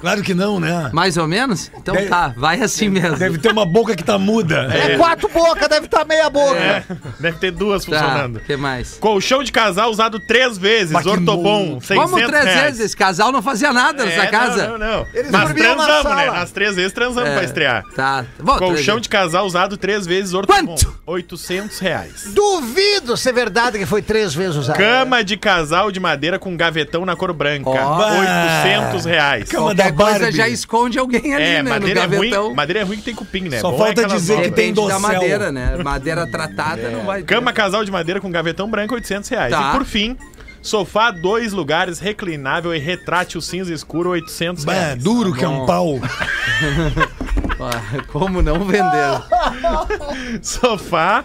[SPEAKER 8] Claro que não, né?
[SPEAKER 5] Mais ou menos? Então
[SPEAKER 8] Deve-
[SPEAKER 5] tá, vai assim mesmo.
[SPEAKER 8] Deve ter uma boca que tá muda.
[SPEAKER 4] É quatro bocas, deve
[SPEAKER 7] tá
[SPEAKER 4] estar meia boca.
[SPEAKER 6] É, deve ter duas
[SPEAKER 5] tá,
[SPEAKER 6] funcionando.
[SPEAKER 5] que mais?
[SPEAKER 6] Colchão de casal usado três vezes.
[SPEAKER 8] Mas que
[SPEAKER 6] Ortobon,
[SPEAKER 8] nojo.
[SPEAKER 6] 600
[SPEAKER 5] Vamos três
[SPEAKER 6] reais.
[SPEAKER 5] vezes, esse casal não fazia nada nessa
[SPEAKER 6] É,
[SPEAKER 5] casa.
[SPEAKER 6] Não, não, não.
[SPEAKER 4] Eles
[SPEAKER 6] Mas
[SPEAKER 4] dormiam na
[SPEAKER 6] transamos, né?
[SPEAKER 4] sala.
[SPEAKER 6] Nas três vezes transamos
[SPEAKER 5] É,
[SPEAKER 6] pra estrear.
[SPEAKER 5] Tá. Bom,
[SPEAKER 6] Colchão
[SPEAKER 5] três-
[SPEAKER 6] de casal usado três vezes Ortobon.
[SPEAKER 5] Quanto?
[SPEAKER 6] 800 reais.
[SPEAKER 4] Duvido ser verdade que foi três vezes usada.
[SPEAKER 6] Cama de casal de madeira com gavetão na cor branca.
[SPEAKER 5] Ó.
[SPEAKER 6] 800 reais.
[SPEAKER 8] Cama
[SPEAKER 5] qualquer
[SPEAKER 8] da
[SPEAKER 10] Barbie.
[SPEAKER 5] É coisa já esconde alguém ali,
[SPEAKER 6] É,
[SPEAKER 5] né?
[SPEAKER 6] madeira é
[SPEAKER 5] no
[SPEAKER 6] ruim,
[SPEAKER 5] gavetão.
[SPEAKER 6] madeira é ruim que tem cupim, né?
[SPEAKER 10] Só
[SPEAKER 6] Bom é
[SPEAKER 10] falta
[SPEAKER 6] aquelas
[SPEAKER 10] dizer que
[SPEAKER 6] novas.
[SPEAKER 10] tem
[SPEAKER 5] Depende da
[SPEAKER 10] dossel.
[SPEAKER 5] madeira, né? Madeira tratada não vai ter.
[SPEAKER 6] Cama casal de madeira com gavetão branco, 800 reais.
[SPEAKER 5] Tá.
[SPEAKER 6] E por fim, sofá dois lugares, reclinável e retrátil cinza escuro, 800
[SPEAKER 10] Bah,
[SPEAKER 6] reais.
[SPEAKER 10] duro que é um
[SPEAKER 5] bom.
[SPEAKER 10] pau.
[SPEAKER 5] Ah, Como não vender?
[SPEAKER 6] Sofá,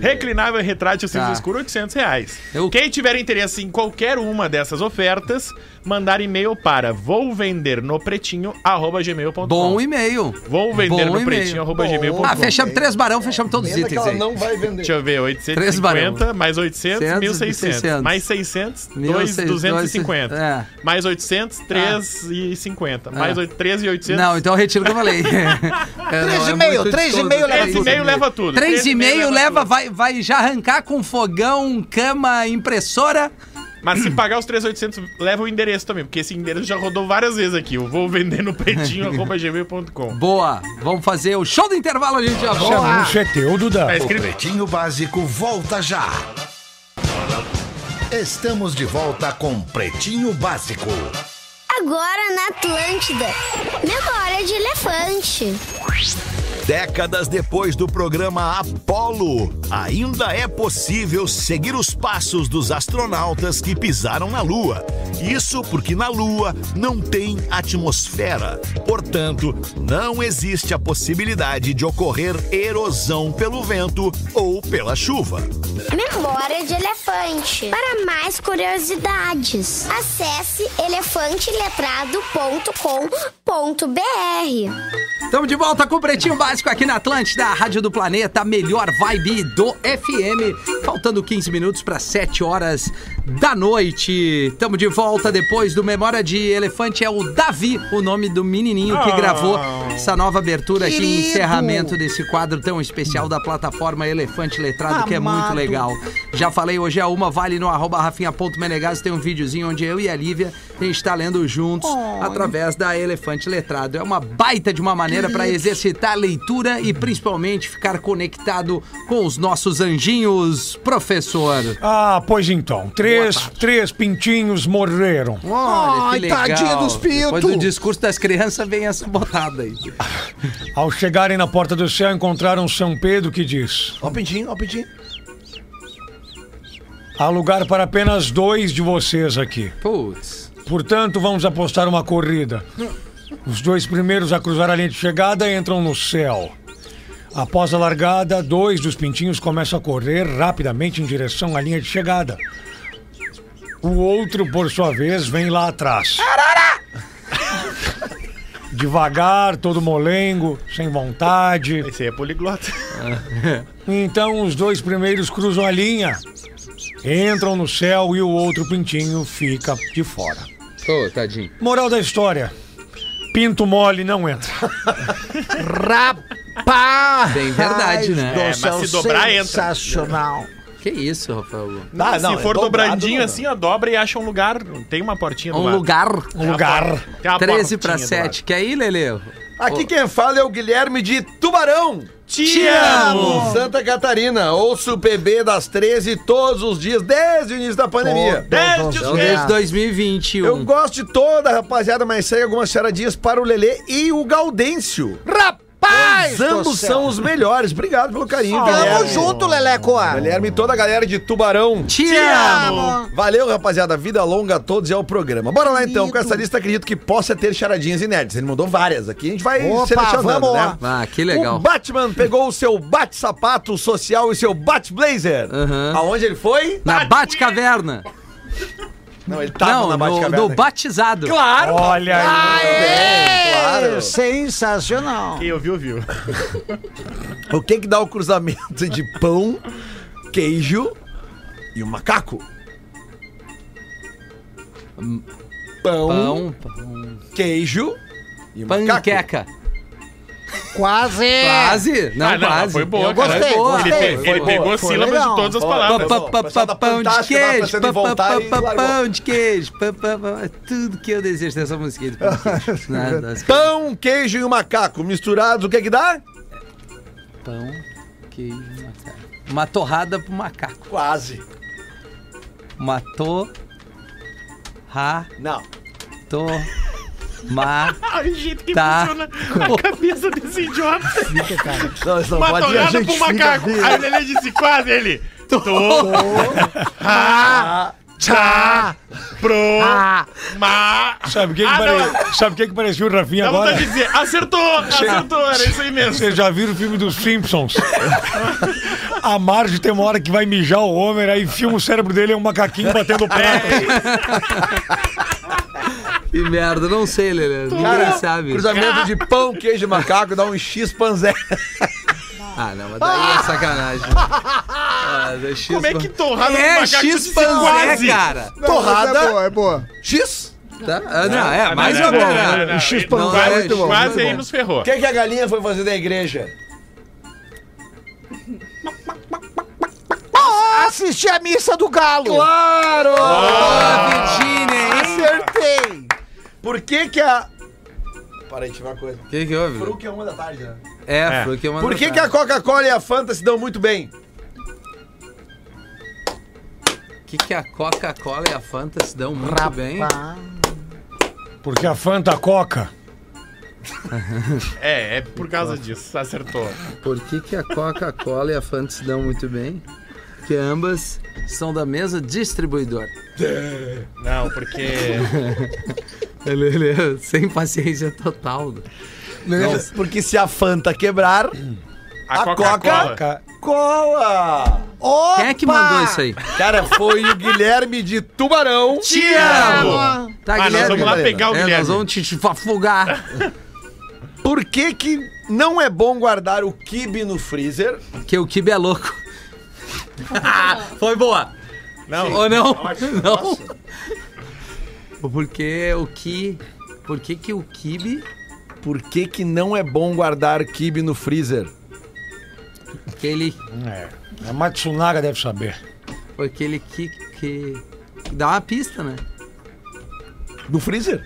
[SPEAKER 6] reclinável e retrátil cinza
[SPEAKER 5] Tá.
[SPEAKER 6] escuro, 800 reais.
[SPEAKER 5] Eu-
[SPEAKER 6] Quem tiver interesse em qualquer uma dessas ofertas, mandar e-mail para vou vender no pretinho, arroba gmail.com.
[SPEAKER 5] Bom e-mail.
[SPEAKER 6] Vou vender
[SPEAKER 5] bom
[SPEAKER 6] no pretinho,
[SPEAKER 5] e-mail.
[SPEAKER 6] arroba gmail.com.
[SPEAKER 5] Ah, fechamos três barão, fechamos todos os
[SPEAKER 4] Pena que
[SPEAKER 5] itens
[SPEAKER 4] ela
[SPEAKER 5] aí.
[SPEAKER 4] não vai vender.
[SPEAKER 6] Deixa eu ver,
[SPEAKER 5] Três
[SPEAKER 6] 850,
[SPEAKER 5] barão.
[SPEAKER 6] mais 800, 1600.
[SPEAKER 5] 1.600.
[SPEAKER 6] Mais 600,
[SPEAKER 5] Mil
[SPEAKER 6] dois,
[SPEAKER 5] seis-
[SPEAKER 6] 250.
[SPEAKER 5] dois- é. Ah.
[SPEAKER 6] Mais 800, 3,50. Mais
[SPEAKER 5] É.
[SPEAKER 6] oito- 13 e 800.
[SPEAKER 5] Não, então eu retiro o que eu falei. É, não, é
[SPEAKER 4] 3,5,
[SPEAKER 5] muito
[SPEAKER 4] 3,5
[SPEAKER 5] desconto.
[SPEAKER 4] leva
[SPEAKER 6] Três e meio leva tudo.
[SPEAKER 5] Três e meio leva,
[SPEAKER 6] tudo.
[SPEAKER 5] vai, vai já arrancar com fogão, cama, impressora.
[SPEAKER 6] Mas se pagar os 3,800, leva o endereço também, porque esse endereço já rodou várias vezes aqui. Eu vou vender no pretinho, arroba gmail.com.
[SPEAKER 5] Boa, vamos fazer o show do intervalo, a gente já
[SPEAKER 8] Esse
[SPEAKER 5] volta.
[SPEAKER 8] anúncio é teu, Duda.
[SPEAKER 6] Tá
[SPEAKER 2] O
[SPEAKER 6] escrito
[SPEAKER 2] Pretinho Básico volta já. Estamos de volta com Pretinho Básico.
[SPEAKER 11] Agora na Atlântida. Memória de elefante.
[SPEAKER 2] Décadas depois do programa Apollo, ainda é possível seguir os passos dos astronautas que pisaram na Lua. Isso porque na Lua não tem atmosfera. Portanto, não existe a possibilidade de ocorrer erosão pelo vento ou pela chuva.
[SPEAKER 11] Memória de elefante. Para mais curiosidades, acesse elefanteletrado.com.br.
[SPEAKER 5] Estamos de volta com o Pretinho Básico aqui na Atlântida, a Rádio do Planeta, a melhor vibe do FM. Faltando 15 minutos para 7 horas da noite. Estamos de volta depois do Memória de Elefante. É o Davi, o nome do menininho que gravou essa nova abertura aqui,
[SPEAKER 4] Querido.
[SPEAKER 5] encerramento desse quadro tão especial da plataforma Elefante Letrado, que é muito
[SPEAKER 4] Amado.
[SPEAKER 5] legal. Já falei, hoje é uma, vale no arroba rafinha.menegas, tem um videozinho onde eu e a Lívia, a gente tá lendo juntos, através da Elefante Letrado. É uma baita de uma maneira para exercitar a leitura e principalmente ficar conectado com os nossos anjinhos, professor.
[SPEAKER 8] Ah, pois então. Três, três pintinhos morreram.
[SPEAKER 5] Olha, que legal.
[SPEAKER 4] tadinho dos pintos.
[SPEAKER 5] Depois do discurso das crianças vem essa botada aí.
[SPEAKER 8] Ao chegarem na porta do céu, encontraram São Pedro que diz:
[SPEAKER 7] Ó o pintinho, ó o pintinho.
[SPEAKER 8] Há lugar para apenas dois de vocês aqui.
[SPEAKER 5] Putz.
[SPEAKER 8] Portanto, vamos apostar uma corrida. Os dois primeiros a cruzar a linha de chegada entram no céu. Após a largada, dois dos pintinhos começam a correr rapidamente em direção à linha de chegada. O outro, por sua vez, vem lá atrás. Devagar, todo molengo, sem vontade.
[SPEAKER 6] Esse aí é poliglota.
[SPEAKER 8] Então os dois primeiros cruzam a linha, entram no céu e o outro pintinho fica de fora.
[SPEAKER 5] Ô, tadinho.
[SPEAKER 8] Moral da história: pinto mole não entra.
[SPEAKER 4] Rapaz!
[SPEAKER 5] Bem verdade, né?
[SPEAKER 6] É, mas se dobrar, entra.
[SPEAKER 4] Sensacional.
[SPEAKER 5] Que isso, Rafael?
[SPEAKER 7] Ah, não,
[SPEAKER 6] se for
[SPEAKER 7] é dobrado,
[SPEAKER 6] dobrandinho
[SPEAKER 7] não.
[SPEAKER 6] assim, ó, dobra e acha um lugar. Tem uma portinha do
[SPEAKER 5] Um
[SPEAKER 6] lado.
[SPEAKER 5] lugar.
[SPEAKER 6] Tem uma
[SPEAKER 8] lugar.
[SPEAKER 6] por- tem uma
[SPEAKER 5] 13
[SPEAKER 6] portinha
[SPEAKER 5] para
[SPEAKER 6] do
[SPEAKER 5] 7. Quer ir, Lele?
[SPEAKER 7] Aqui quem fala é o Guilherme de Tubarão.
[SPEAKER 6] lado. Te amo!
[SPEAKER 7] Santa Catarina. Ouço o PB das 13 todos os dias, desde o início da pandemia.
[SPEAKER 6] Desde os
[SPEAKER 5] Então, desde 2021.
[SPEAKER 7] Eu gosto de toda a rapaziada, mas segue algumas charadinhas para o Lelê e o Gaudêncio.
[SPEAKER 4] Rapaz!
[SPEAKER 7] Os ambos são os melhores. Obrigado pelo carinho,
[SPEAKER 4] Tamo
[SPEAKER 7] Guilherme.
[SPEAKER 4] junto, Leleco!
[SPEAKER 7] Guilherme e toda a galera de Tubarão.
[SPEAKER 5] Te, amo!
[SPEAKER 7] Valeu, rapaziada. Vida longa a todos e ao programa. Bora lá então, com essa lista acredito que possa ter charadinhas inéditas. Ele mandou várias aqui, a gente vai
[SPEAKER 4] Opa,
[SPEAKER 7] selecionando,
[SPEAKER 4] vamos
[SPEAKER 7] né?
[SPEAKER 4] lá.
[SPEAKER 5] Ah, que legal.
[SPEAKER 7] O Batman pegou o seu bate-sapato social e seu bate-blazer.
[SPEAKER 5] Aham.
[SPEAKER 7] Aonde ele foi?
[SPEAKER 5] Na Batcaverna.
[SPEAKER 7] Não, ele
[SPEAKER 5] Não, no,
[SPEAKER 7] Batcaverna.
[SPEAKER 5] do batizado.
[SPEAKER 7] Claro!
[SPEAKER 8] Olha aí.
[SPEAKER 7] Claro.
[SPEAKER 4] Sensacional!
[SPEAKER 6] Quem ouviu, viu.
[SPEAKER 7] O Então, que que dá o cruzamento de pão, queijo e um macaco? Pão,
[SPEAKER 6] Hum.
[SPEAKER 5] Pão,
[SPEAKER 7] queijo e um macaco.
[SPEAKER 5] panqueca.
[SPEAKER 4] Quase!
[SPEAKER 5] Quase? Não,
[SPEAKER 6] Ah, não,
[SPEAKER 5] quase.
[SPEAKER 6] foi boa,
[SPEAKER 5] Eu
[SPEAKER 6] cara.
[SPEAKER 5] gostei,
[SPEAKER 6] Ele,
[SPEAKER 5] gostei.
[SPEAKER 6] pe- ele
[SPEAKER 4] Foi
[SPEAKER 6] pegou
[SPEAKER 4] boa, foi
[SPEAKER 6] sílabas
[SPEAKER 4] legal.
[SPEAKER 6] de todas as
[SPEAKER 7] Foi.
[SPEAKER 6] palavras.
[SPEAKER 5] Pa- pa-
[SPEAKER 7] pessoal
[SPEAKER 5] pa-
[SPEAKER 7] tá
[SPEAKER 5] Pão de
[SPEAKER 7] fantástico, tá
[SPEAKER 5] queijo,
[SPEAKER 7] pensando
[SPEAKER 5] pa-
[SPEAKER 7] em
[SPEAKER 5] pa-
[SPEAKER 7] voltar e
[SPEAKER 5] pa- pa-
[SPEAKER 7] largou.
[SPEAKER 5] pão de queijo, pa- pa- pa- tudo que eu desejo dessa musiquinha de pão de queijo. Nada, assim.
[SPEAKER 7] Pão, queijo e um macaco misturados, o que que dá?
[SPEAKER 5] pão, queijo, macaco. Uma torrada pro macaco.
[SPEAKER 7] Quase.
[SPEAKER 5] Matou, ra,
[SPEAKER 7] Não.
[SPEAKER 5] to,
[SPEAKER 12] Mas.
[SPEAKER 1] Olha o jeito que
[SPEAKER 12] Tá.
[SPEAKER 1] funciona a cabeça desse idiota.
[SPEAKER 4] Fica, cara.
[SPEAKER 12] Não, isso não
[SPEAKER 1] Uma
[SPEAKER 12] pode ir, a
[SPEAKER 1] olhada
[SPEAKER 12] gente
[SPEAKER 1] pro
[SPEAKER 12] fica
[SPEAKER 1] macaco.
[SPEAKER 12] vivo.
[SPEAKER 1] Aí o Lelê disse quase, ele... Tô... Ha... Tchá... Pro... Ma...
[SPEAKER 8] Sabe o que que,
[SPEAKER 1] Ah,
[SPEAKER 8] pare-
[SPEAKER 1] não.
[SPEAKER 8] Sabe o que que parecia o Rafinha
[SPEAKER 1] Dá
[SPEAKER 8] agora?
[SPEAKER 6] tá
[SPEAKER 1] vontade de dizer, acertou, acertou, era isso aí mesmo.
[SPEAKER 8] Vocês já viram o filme dos Simpsons? A Marge tem uma hora que vai mijar o Homer, aí filma o cérebro dele é um macaquinho batendo o pé.
[SPEAKER 1] É.
[SPEAKER 5] Que merda, não sei, Lelê. Ninguém
[SPEAKER 7] Cara,
[SPEAKER 5] sabe.
[SPEAKER 7] Cruzamento de pão, queijo e macaco dá um X panzé.
[SPEAKER 5] Ah, não, mas daí é sacanagem. Ah, é X
[SPEAKER 1] Como é
[SPEAKER 6] tá
[SPEAKER 1] que torrada
[SPEAKER 5] É,
[SPEAKER 1] do macaco
[SPEAKER 5] X
[SPEAKER 1] disse
[SPEAKER 5] panzé,
[SPEAKER 1] quase?
[SPEAKER 5] cara.
[SPEAKER 9] Não,
[SPEAKER 7] Torrada.
[SPEAKER 9] mas É boa, é boa.
[SPEAKER 7] X?
[SPEAKER 5] Tá? Ah, não, é,
[SPEAKER 6] Ah,
[SPEAKER 5] mais
[SPEAKER 6] não,
[SPEAKER 5] ou
[SPEAKER 6] não,
[SPEAKER 5] menos.
[SPEAKER 6] não, não, não,
[SPEAKER 5] né?
[SPEAKER 6] X
[SPEAKER 5] Não,
[SPEAKER 6] panzé,
[SPEAKER 5] é,
[SPEAKER 6] muito
[SPEAKER 5] X-
[SPEAKER 6] bom, Quase
[SPEAKER 5] muito
[SPEAKER 6] aí
[SPEAKER 5] bom.
[SPEAKER 6] nos ferrou.
[SPEAKER 7] O que, que a galinha foi fazer da igreja?
[SPEAKER 4] Ah, assisti a missa do galo.
[SPEAKER 7] Claro!
[SPEAKER 5] Tá
[SPEAKER 4] Acertei.
[SPEAKER 7] Por que que a... Para aí, tive uma coisa.
[SPEAKER 5] O que que houve?
[SPEAKER 7] que é uma da tarde, né?
[SPEAKER 5] É, é. fruque é uma
[SPEAKER 7] Por que, que a
[SPEAKER 5] novidade.
[SPEAKER 7] Coca-Cola e a Fanta se dão muito bem?
[SPEAKER 5] que, que a Coca-Cola e a Fanta se dão muito bem?
[SPEAKER 4] Ah,
[SPEAKER 8] Porque a Fanta Coca.
[SPEAKER 6] É, é por causa disso, acertou.
[SPEAKER 5] Por que, que a Coca-Cola e a Fanta se dão muito bem? Porque ambas são da mesma distribuidora.
[SPEAKER 6] Não, porque...
[SPEAKER 5] Ele, ele é sem paciência total. né?
[SPEAKER 7] Porque se a Fanta quebrar,
[SPEAKER 6] A,
[SPEAKER 7] A
[SPEAKER 6] Coca-Cola...
[SPEAKER 7] cola! Ó!
[SPEAKER 5] Quem é que mandou isso
[SPEAKER 6] Tá,
[SPEAKER 5] aí?
[SPEAKER 7] Cara, foi o Guilherme de Tubarão.
[SPEAKER 6] Te amo!
[SPEAKER 5] Tá,
[SPEAKER 6] Ah, nós vamos lá pegar o
[SPEAKER 5] É,
[SPEAKER 6] Guilherme.
[SPEAKER 5] nós vamos te, te afogar.
[SPEAKER 7] Por que que não é bom guardar o kibe no freezer?
[SPEAKER 5] Porque o Kibe é louco. Foi boa.
[SPEAKER 6] Não, Tá
[SPEAKER 5] Ou não? não. Porque o Ki... Por que que o Kibe...
[SPEAKER 7] Por que que não é bom guardar kibe no freezer?
[SPEAKER 5] Porque ele...
[SPEAKER 8] É. A Matsunaga deve saber.
[SPEAKER 5] Porque ele que... que... Dá uma pista, né?
[SPEAKER 7] No freezer?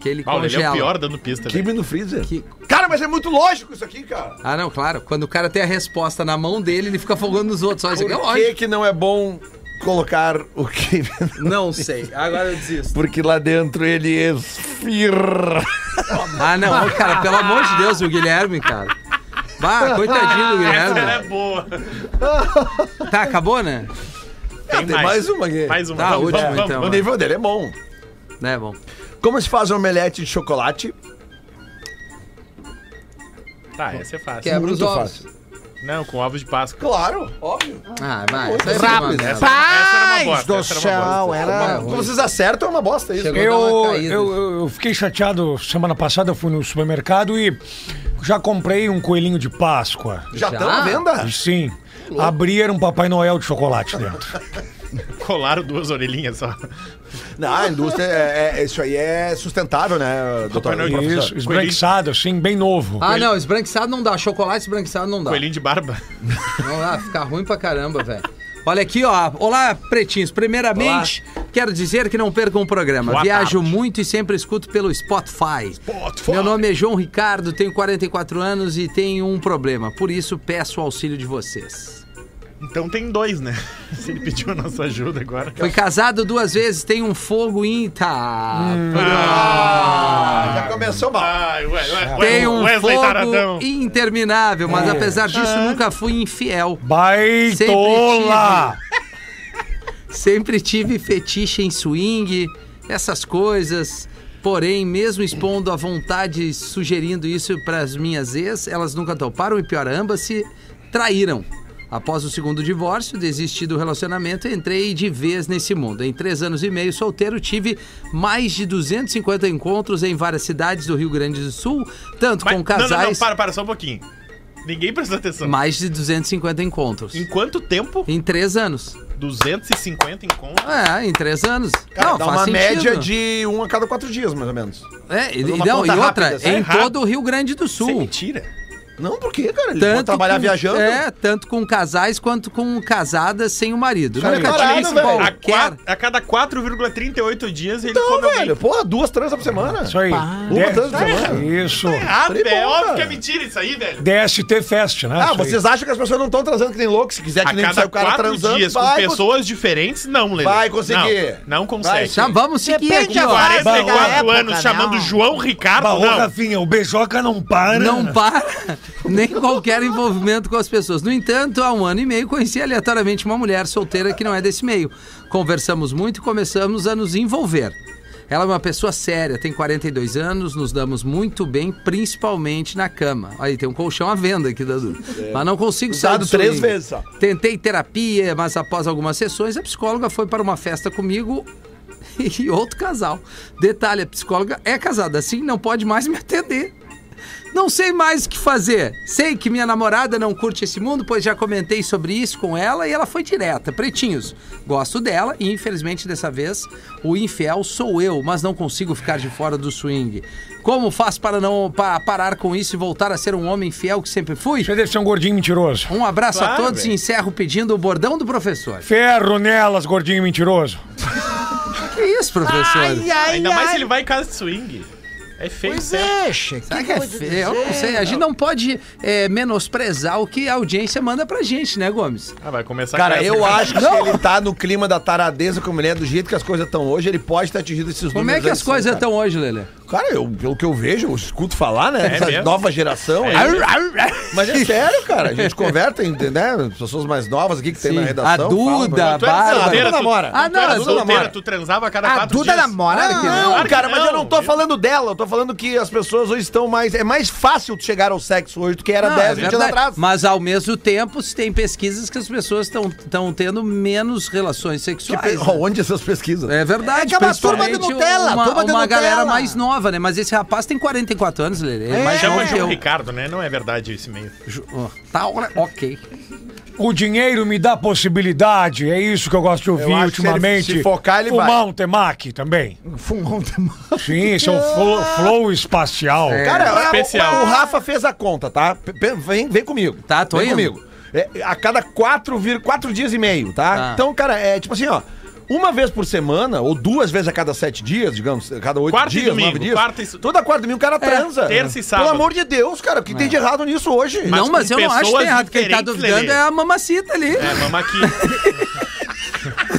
[SPEAKER 5] Que ele
[SPEAKER 6] Ah, o Lelê é
[SPEAKER 5] congela.
[SPEAKER 6] o pior dando pista, velho.
[SPEAKER 7] Kibe no freezer?
[SPEAKER 5] Que-
[SPEAKER 7] Cara, mas é muito lógico isso aqui, cara.
[SPEAKER 5] Ah, não, claro. Quando o cara tem a resposta na mão dele, ele fica folgando nos outros. Olha, isso aqui é
[SPEAKER 7] Por que
[SPEAKER 5] lógico.
[SPEAKER 7] que não é bom colocar o kibe? no-
[SPEAKER 5] Não sei. Agora eu desisto.
[SPEAKER 7] Porque lá dentro ele esfirra.
[SPEAKER 5] Ah, não, ô, cara, pelo amor de Deus, o Guilherme, cara. Bah, coitadinho do
[SPEAKER 6] Essa era
[SPEAKER 5] Guilherme.
[SPEAKER 6] boa.
[SPEAKER 5] Tá, acabou, né?
[SPEAKER 7] Tem mais uma aqui.
[SPEAKER 6] Mais uma.
[SPEAKER 5] Tá,
[SPEAKER 6] Vamos,
[SPEAKER 5] última,
[SPEAKER 6] vamos,
[SPEAKER 5] então.
[SPEAKER 6] vamos.
[SPEAKER 7] O nível dele é bom.
[SPEAKER 5] Né, bom.
[SPEAKER 7] Como se faz um omelete de chocolate?
[SPEAKER 6] Tá, essa é fácil.
[SPEAKER 5] Quebra os
[SPEAKER 7] Muito
[SPEAKER 5] ovos.
[SPEAKER 7] fácil.
[SPEAKER 6] Não, com ovos de Páscoa.
[SPEAKER 7] Claro, óbvio.
[SPEAKER 5] Ah, vai. isso aí foi uma
[SPEAKER 4] Rápido.
[SPEAKER 5] merda.
[SPEAKER 6] Essa era uma bosta.
[SPEAKER 4] do
[SPEAKER 6] Essa era uma bosta.
[SPEAKER 4] céu, era...
[SPEAKER 5] Uma-
[SPEAKER 7] Quando vocês acertam, é uma bosta isso.
[SPEAKER 5] Chegou a dar uma
[SPEAKER 8] Eu,
[SPEAKER 5] caída.
[SPEAKER 8] eu, eu- eu fiquei chateado semana passada, eu fui no supermercado e já comprei um coelhinho de Páscoa.
[SPEAKER 7] Já
[SPEAKER 5] Já?
[SPEAKER 7] estão à venda?
[SPEAKER 8] E sim, abri era um Papai Noel de chocolate dentro.
[SPEAKER 6] Colaram duas orelhinhas só.
[SPEAKER 5] Tá.
[SPEAKER 7] Não, a indústria, é, é- isso aí é sustentável, né, doutor?
[SPEAKER 6] Noel
[SPEAKER 7] professor?
[SPEAKER 8] Isso, esbranquiçado, assim, bem novo.
[SPEAKER 5] Ah, não, esbranquiçado não dá. Chocolate esbranquiçado não dá.
[SPEAKER 6] Coelhinho de barba.
[SPEAKER 5] Vamos lá, fica ruim pra caramba, velho. Olha aqui, ó. Olá, pretinhos. Primeiramente, quero dizer que não percam o programa.
[SPEAKER 6] Boa
[SPEAKER 5] Viajo muito e sempre escuto pelo Spotify.
[SPEAKER 6] Spotify.
[SPEAKER 5] Meu nome é João Ricardo, tenho 44 anos e tenho um problema. Por isso, peço o auxílio de vocês.
[SPEAKER 6] Então tem dois, né? Se ele pediu a nossa ajuda agora.
[SPEAKER 5] Fui casado duas vezes, tenho um fogo em... Tá.
[SPEAKER 6] Hum.
[SPEAKER 7] Ah, já começou mal.
[SPEAKER 6] Ai, ué, ué,
[SPEAKER 5] Tem um
[SPEAKER 6] Wesley Taradão. É.
[SPEAKER 5] fogo interminável, mas apesar disso nunca fui infiel.
[SPEAKER 8] Baitola!
[SPEAKER 5] Sempre tive fetiche em swing, essas coisas. Porém, mesmo expondo à vontade, sugerindo isso para as minhas ex, elas nunca toparam e pior, ambas se traíram. Após o segundo divórcio, desisti do relacionamento e entrei de vez nesse mundo. Em três anos e meio solteiro, tive mais de 250 encontros em várias cidades do Rio Grande do Sul, tanto
[SPEAKER 6] Mas-
[SPEAKER 5] com
[SPEAKER 6] Não, não, não,
[SPEAKER 5] casais.
[SPEAKER 6] para, para, só um pouquinho. Ninguém prestou atenção.
[SPEAKER 5] Mais de 250 encontros.
[SPEAKER 6] Em quanto tempo?
[SPEAKER 5] Em três anos.
[SPEAKER 6] 250 encontros?
[SPEAKER 5] É, em três anos.
[SPEAKER 7] Cara,
[SPEAKER 5] não,
[SPEAKER 7] dá
[SPEAKER 5] faz
[SPEAKER 7] uma
[SPEAKER 5] sentido.
[SPEAKER 7] média de um a cada quatro dias, mais ou menos.
[SPEAKER 5] É, e,
[SPEAKER 7] uma
[SPEAKER 5] não,
[SPEAKER 7] conta
[SPEAKER 5] e outra,
[SPEAKER 7] rápida, assim.
[SPEAKER 5] em
[SPEAKER 6] Errado.
[SPEAKER 5] todo o Rio Grande do
[SPEAKER 6] Isso é
[SPEAKER 5] Sul.
[SPEAKER 6] mentira.
[SPEAKER 7] Não, por quê, cara? Ele pode trabalhar
[SPEAKER 5] com-
[SPEAKER 7] viajando.
[SPEAKER 5] É, tanto com casais quanto com casadas sem o marido.
[SPEAKER 7] Cara,
[SPEAKER 5] Nunca
[SPEAKER 7] é
[SPEAKER 5] tive
[SPEAKER 7] parado,
[SPEAKER 5] isso
[SPEAKER 7] velho.
[SPEAKER 6] A,
[SPEAKER 5] qualquer.
[SPEAKER 6] qua- a cada 4,38 dias ele
[SPEAKER 7] Então,
[SPEAKER 6] come
[SPEAKER 7] velho,
[SPEAKER 6] alguém.
[SPEAKER 7] porra, duas transas por semana.
[SPEAKER 8] Isso aí.
[SPEAKER 5] né?
[SPEAKER 7] Uma né?
[SPEAKER 8] De-
[SPEAKER 7] transa por semana.
[SPEAKER 8] Isso.
[SPEAKER 6] Ah, velho, é
[SPEAKER 7] bom,
[SPEAKER 6] óbvio
[SPEAKER 7] cara.
[SPEAKER 6] que é mentira isso aí, velho.
[SPEAKER 8] DST Fest, né?
[SPEAKER 7] Ah,
[SPEAKER 8] Isso aí.
[SPEAKER 7] vocês acham que as pessoas não estão transando que nem louco? Se quiser que
[SPEAKER 6] A
[SPEAKER 7] nem
[SPEAKER 6] cada
[SPEAKER 7] saia o cara
[SPEAKER 6] quatro
[SPEAKER 7] transando,
[SPEAKER 6] dias com
[SPEAKER 7] vai,
[SPEAKER 6] pessoas diferentes, não, Lele.
[SPEAKER 7] Vai conseguir.
[SPEAKER 6] Não, não
[SPEAKER 7] Vai.
[SPEAKER 6] consegue.
[SPEAKER 5] Já vamos seguir
[SPEAKER 4] Depende
[SPEAKER 5] aqui, ó.
[SPEAKER 4] agora.
[SPEAKER 6] 44
[SPEAKER 4] Vai.
[SPEAKER 6] anos chamando
[SPEAKER 4] Não.
[SPEAKER 6] João Ricardo,
[SPEAKER 8] Bah, ô,
[SPEAKER 6] não.
[SPEAKER 8] Rafinha, o beijoca não para.
[SPEAKER 5] Não para nem qualquer envolvimento com as pessoas. No entanto, há um ano e meio conheci aleatoriamente uma mulher solteira que não é desse meio. Conversamos muito e começamos a nos envolver. Ela é uma pessoa séria, tem 42 anos, nos damos muito bem, principalmente na cama. Aí tem um colchão à venda aqui, Dudu. Mas não consigo sair do
[SPEAKER 7] É. Usado três
[SPEAKER 5] swing.
[SPEAKER 7] vezes só.
[SPEAKER 5] Tentei terapia, mas após algumas sessões, a psicóloga foi para uma festa comigo e outro casal. Detalhe, a psicóloga é casada, assim não pode mais me atender. Não sei mais o que fazer. Sei que minha namorada não curte esse mundo, pois já comentei sobre isso com ela e ela foi direta. Pretinhos, gosto dela e infelizmente dessa vez o infiel sou eu, mas não consigo ficar de fora do swing. Como faço para não pa- parar com isso e voltar a ser um homem fiel que sempre fui?
[SPEAKER 8] Você deve ser um gordinho mentiroso.
[SPEAKER 5] Um abraço a
[SPEAKER 6] Claro,
[SPEAKER 5] todos
[SPEAKER 6] velho.
[SPEAKER 5] e encerro pedindo o bordão do professor.
[SPEAKER 8] Ferro nelas, gordinho mentiroso.
[SPEAKER 5] Que isso, professor?
[SPEAKER 6] Ainda mais se ele vai em casa de swing. É feio,
[SPEAKER 4] Pois
[SPEAKER 6] certo?
[SPEAKER 4] é, che, que
[SPEAKER 5] Será que
[SPEAKER 4] eu
[SPEAKER 5] é
[SPEAKER 4] vou te
[SPEAKER 5] feio? Eu não
[SPEAKER 4] dizer?
[SPEAKER 5] sei. A gente não pode é, menosprezar o que a audiência manda pra gente, né, Gomes?
[SPEAKER 6] Ah, vai começar
[SPEAKER 7] Cara,
[SPEAKER 6] com essa.
[SPEAKER 7] eu acho que se ele tá no clima da taradeza com mulher, do jeito que as coisas estão hoje, ele pode ter atingido esses
[SPEAKER 5] Como
[SPEAKER 7] números. né?
[SPEAKER 5] é que
[SPEAKER 7] aí,
[SPEAKER 5] as
[SPEAKER 7] sim,
[SPEAKER 5] coisas
[SPEAKER 7] cara.
[SPEAKER 5] estão hoje, Lelê?
[SPEAKER 7] Cara, eu, pelo que eu vejo, eu escuto falar, né?
[SPEAKER 6] É
[SPEAKER 7] essa
[SPEAKER 6] mesmo?
[SPEAKER 7] nova geração.
[SPEAKER 6] É
[SPEAKER 7] aí.
[SPEAKER 6] mesmo?
[SPEAKER 7] Mas é sério, cara. A gente conversa, em, né? Pessoas mais novas aqui que tem
[SPEAKER 5] Sim.
[SPEAKER 7] na redação.
[SPEAKER 5] A Duda, a
[SPEAKER 7] fala,
[SPEAKER 6] Tu era
[SPEAKER 5] Bárbara.
[SPEAKER 6] solteira, tu,
[SPEAKER 7] namora.
[SPEAKER 5] Ah,
[SPEAKER 6] tu
[SPEAKER 5] não,
[SPEAKER 6] era solteira,
[SPEAKER 7] namora. Ah,
[SPEAKER 6] tu transava a cada
[SPEAKER 5] A
[SPEAKER 6] quatro
[SPEAKER 5] Duda
[SPEAKER 6] dias.
[SPEAKER 5] namora? Claro
[SPEAKER 4] né?
[SPEAKER 5] que
[SPEAKER 7] Não,
[SPEAKER 5] não.
[SPEAKER 6] Claro que
[SPEAKER 7] cara, mas eu não tô
[SPEAKER 6] não.
[SPEAKER 7] falando dela, eu tô falando que as pessoas hoje estão mais. É mais fácil de chegar ao sexo hoje do que era
[SPEAKER 5] Não,
[SPEAKER 7] 10,
[SPEAKER 5] é
[SPEAKER 7] 20 anos
[SPEAKER 5] verdade.
[SPEAKER 7] atrás.
[SPEAKER 5] Mas ao mesmo tempo, se tem pesquisas que as pessoas estão tendo menos relações
[SPEAKER 7] Que
[SPEAKER 5] sexuais.
[SPEAKER 7] pe-
[SPEAKER 5] né?
[SPEAKER 7] Onde essas pesquisas?
[SPEAKER 5] É verdade.
[SPEAKER 4] É que é uma turma de
[SPEAKER 5] principalmente
[SPEAKER 4] Nutella,
[SPEAKER 5] Uma,
[SPEAKER 4] turma de
[SPEAKER 5] uma
[SPEAKER 4] Nutella.
[SPEAKER 5] galera mais nova, né? Mas esse rapaz tem 44 anos, Lelê. Ele é mais
[SPEAKER 6] Chama
[SPEAKER 5] novo que
[SPEAKER 6] João
[SPEAKER 5] eu.
[SPEAKER 6] Ricardo, né? Não é verdade esse meio.
[SPEAKER 5] Ju- ó, Tá, olha, ok.
[SPEAKER 8] O dinheiro me dá possibilidade, é isso que eu gosto de ouvir
[SPEAKER 7] acho que se ele
[SPEAKER 8] ultimamente.
[SPEAKER 7] se focar, ele
[SPEAKER 8] Fumar
[SPEAKER 7] vai.
[SPEAKER 8] um temac também.
[SPEAKER 4] Fumou um demônio.
[SPEAKER 8] Sim, isso é um flow, flow espacial.
[SPEAKER 7] Cara, a-
[SPEAKER 6] Especial.
[SPEAKER 7] O, o Rafa fez a conta, tá? P- p- Vem, vem comigo.
[SPEAKER 5] Tá, tô
[SPEAKER 7] vem
[SPEAKER 5] indo.
[SPEAKER 7] comigo. É, a cada quatro, vir- quatro dias e meio, tá?
[SPEAKER 5] Tá.
[SPEAKER 7] Então, cara, é tipo assim, ó. Uma vez por semana, ou duas vezes a cada sete dias, digamos, a cada oito
[SPEAKER 6] Quarta e
[SPEAKER 7] dias,
[SPEAKER 6] domingo,
[SPEAKER 7] nove dias.
[SPEAKER 6] quarta e-
[SPEAKER 7] Toda quarta e domingo o
[SPEAKER 5] É,
[SPEAKER 7] cara transa.
[SPEAKER 6] terça e sábado.
[SPEAKER 7] Pelo amor de Deus, cara, o que tem de errado nisso hoje?
[SPEAKER 5] não,
[SPEAKER 6] com
[SPEAKER 5] mas eu não acho que
[SPEAKER 6] pessoas
[SPEAKER 5] tem errado. Quem tá
[SPEAKER 6] diferentes,
[SPEAKER 5] duvidando
[SPEAKER 6] Lelê.
[SPEAKER 5] é a mamacita ali.
[SPEAKER 6] É, vamos aqui.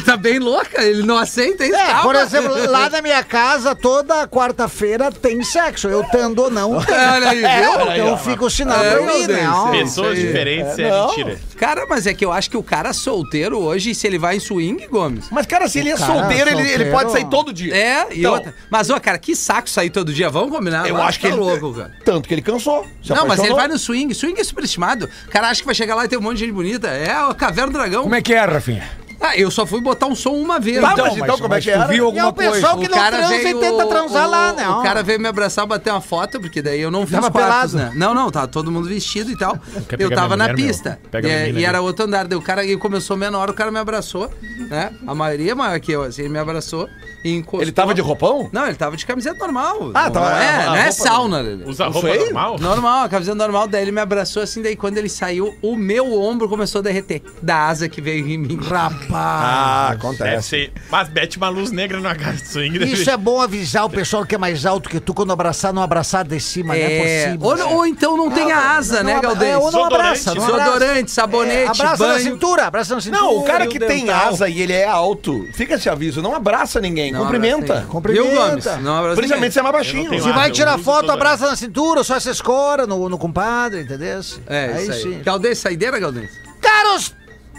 [SPEAKER 5] Tá bem louca, ele não aceita isso.
[SPEAKER 4] É,
[SPEAKER 5] calma.
[SPEAKER 4] por exemplo, lá na minha casa, toda quarta-feira tem sexo. Eu tendo ou não tendo.
[SPEAKER 5] É, olha aí, viu?
[SPEAKER 4] Então fica o sinal
[SPEAKER 5] É,
[SPEAKER 4] pra
[SPEAKER 5] meu
[SPEAKER 4] eu ir, né?
[SPEAKER 5] Deus,
[SPEAKER 4] Ó.
[SPEAKER 6] Pessoas
[SPEAKER 5] isso aí.
[SPEAKER 6] diferentes é,
[SPEAKER 7] não.
[SPEAKER 6] mentira.
[SPEAKER 5] Cara, mas é que eu acho que o cara solteiro hoje, se ele vai em swing, Gomes.
[SPEAKER 7] Mas, cara, se ele é
[SPEAKER 4] cara é
[SPEAKER 7] solteiro, ele, ele
[SPEAKER 4] solteiro.
[SPEAKER 7] pode sair todo dia.
[SPEAKER 5] É, e
[SPEAKER 7] Então,
[SPEAKER 5] outra. Mas, ô, cara, que saco sair todo dia, vamos combinar?
[SPEAKER 7] Eu
[SPEAKER 5] Mas
[SPEAKER 7] acho que
[SPEAKER 5] tá
[SPEAKER 7] ele.
[SPEAKER 5] louco, cara.
[SPEAKER 7] Tanto que ele cansou. se
[SPEAKER 5] Não, mas ele
[SPEAKER 7] apaixonou.
[SPEAKER 5] vai no swing. Swing é superestimado. O cara acha que vai chegar lá e tem um monte de gente bonita. É o Caverna do Dragão.
[SPEAKER 8] Como é que é, Rafinha?
[SPEAKER 5] Ah, eu só fui botar um som uma vez.
[SPEAKER 7] Tá,
[SPEAKER 8] Então,
[SPEAKER 7] mas então
[SPEAKER 8] mas-
[SPEAKER 7] como é
[SPEAKER 8] mas
[SPEAKER 7] que
[SPEAKER 8] tu
[SPEAKER 7] era?
[SPEAKER 8] viu
[SPEAKER 4] E é
[SPEAKER 8] alguma
[SPEAKER 4] o
[SPEAKER 8] coisa?
[SPEAKER 4] pessoal que não transa e tenta transar
[SPEAKER 5] o-
[SPEAKER 4] lá, né?
[SPEAKER 5] O
[SPEAKER 4] Ó.
[SPEAKER 5] cara veio me abraçar, bater uma foto, porque daí eu não vi
[SPEAKER 4] Tava
[SPEAKER 5] os quartos,
[SPEAKER 4] pelado.
[SPEAKER 5] né? Não, não, tava todo mundo vestido e tal.
[SPEAKER 6] quer
[SPEAKER 5] Eu
[SPEAKER 6] pegar
[SPEAKER 5] tava
[SPEAKER 6] minha
[SPEAKER 5] na
[SPEAKER 6] mulher,
[SPEAKER 5] pista.
[SPEAKER 6] meu?
[SPEAKER 5] E,
[SPEAKER 6] Pega a menina
[SPEAKER 5] e
[SPEAKER 6] ali.
[SPEAKER 5] era outro andar. Daí o cara e começou menor, o cara me abraçou, né? A maioria é maior que eu, assim, ele me abraçou e encostou.
[SPEAKER 7] Ele tava de roupão?
[SPEAKER 5] Não, ele tava de camiseta normal.
[SPEAKER 7] Ah,
[SPEAKER 5] não,
[SPEAKER 7] tava-
[SPEAKER 5] não
[SPEAKER 7] a-
[SPEAKER 5] É,
[SPEAKER 7] a
[SPEAKER 5] não é
[SPEAKER 7] roupa-
[SPEAKER 5] sauna, Lelê.
[SPEAKER 6] Usa
[SPEAKER 7] Não
[SPEAKER 6] roupa
[SPEAKER 7] sei.
[SPEAKER 6] normal?
[SPEAKER 5] Normal, a camiseta normal, daí ele me abraçou assim, daí quando ele saiu, o meu ombro começou a derreter. Da asa que veio em mim. Rapaz!
[SPEAKER 7] Ah,
[SPEAKER 6] Deve
[SPEAKER 7] acontece.
[SPEAKER 6] ser. Mas mete uma luz negra na casa de swing. deve-
[SPEAKER 4] Isso é bom avisar o pessoal que é mais alto que tu quando abraçar, não abraçar de cima, né? Por
[SPEAKER 5] É,
[SPEAKER 4] cima.
[SPEAKER 5] ou, ou então não tem a asa, né,
[SPEAKER 4] abra-
[SPEAKER 5] Galdês?
[SPEAKER 4] é, ou não
[SPEAKER 6] Desodorante,
[SPEAKER 4] abraça, não abraça.
[SPEAKER 5] Desodorante, sabonete,
[SPEAKER 4] É, abraça na
[SPEAKER 5] banho.
[SPEAKER 4] cintura, abraça na cintura.
[SPEAKER 7] Não, o cara que tem
[SPEAKER 4] dental.
[SPEAKER 7] asa e ele é alto, fica esse aviso, não abraça ninguém,
[SPEAKER 5] Não abraça
[SPEAKER 7] cumprimenta.
[SPEAKER 5] ninguém.
[SPEAKER 4] Cumprimenta.
[SPEAKER 5] Viu, Gomes? Não abraça
[SPEAKER 7] Principalmente se é mais
[SPEAKER 6] Eu
[SPEAKER 7] baixinho.
[SPEAKER 6] não tenho
[SPEAKER 4] Se
[SPEAKER 6] Ah,
[SPEAKER 4] vai
[SPEAKER 6] eu
[SPEAKER 4] tirar
[SPEAKER 6] uso
[SPEAKER 4] foto,
[SPEAKER 6] desodorante.
[SPEAKER 4] abraça na cintura, só se escora no, no compadre, entendeu?
[SPEAKER 5] É, isso aí. Galdês, saideira, Galdês?
[SPEAKER 4] Caros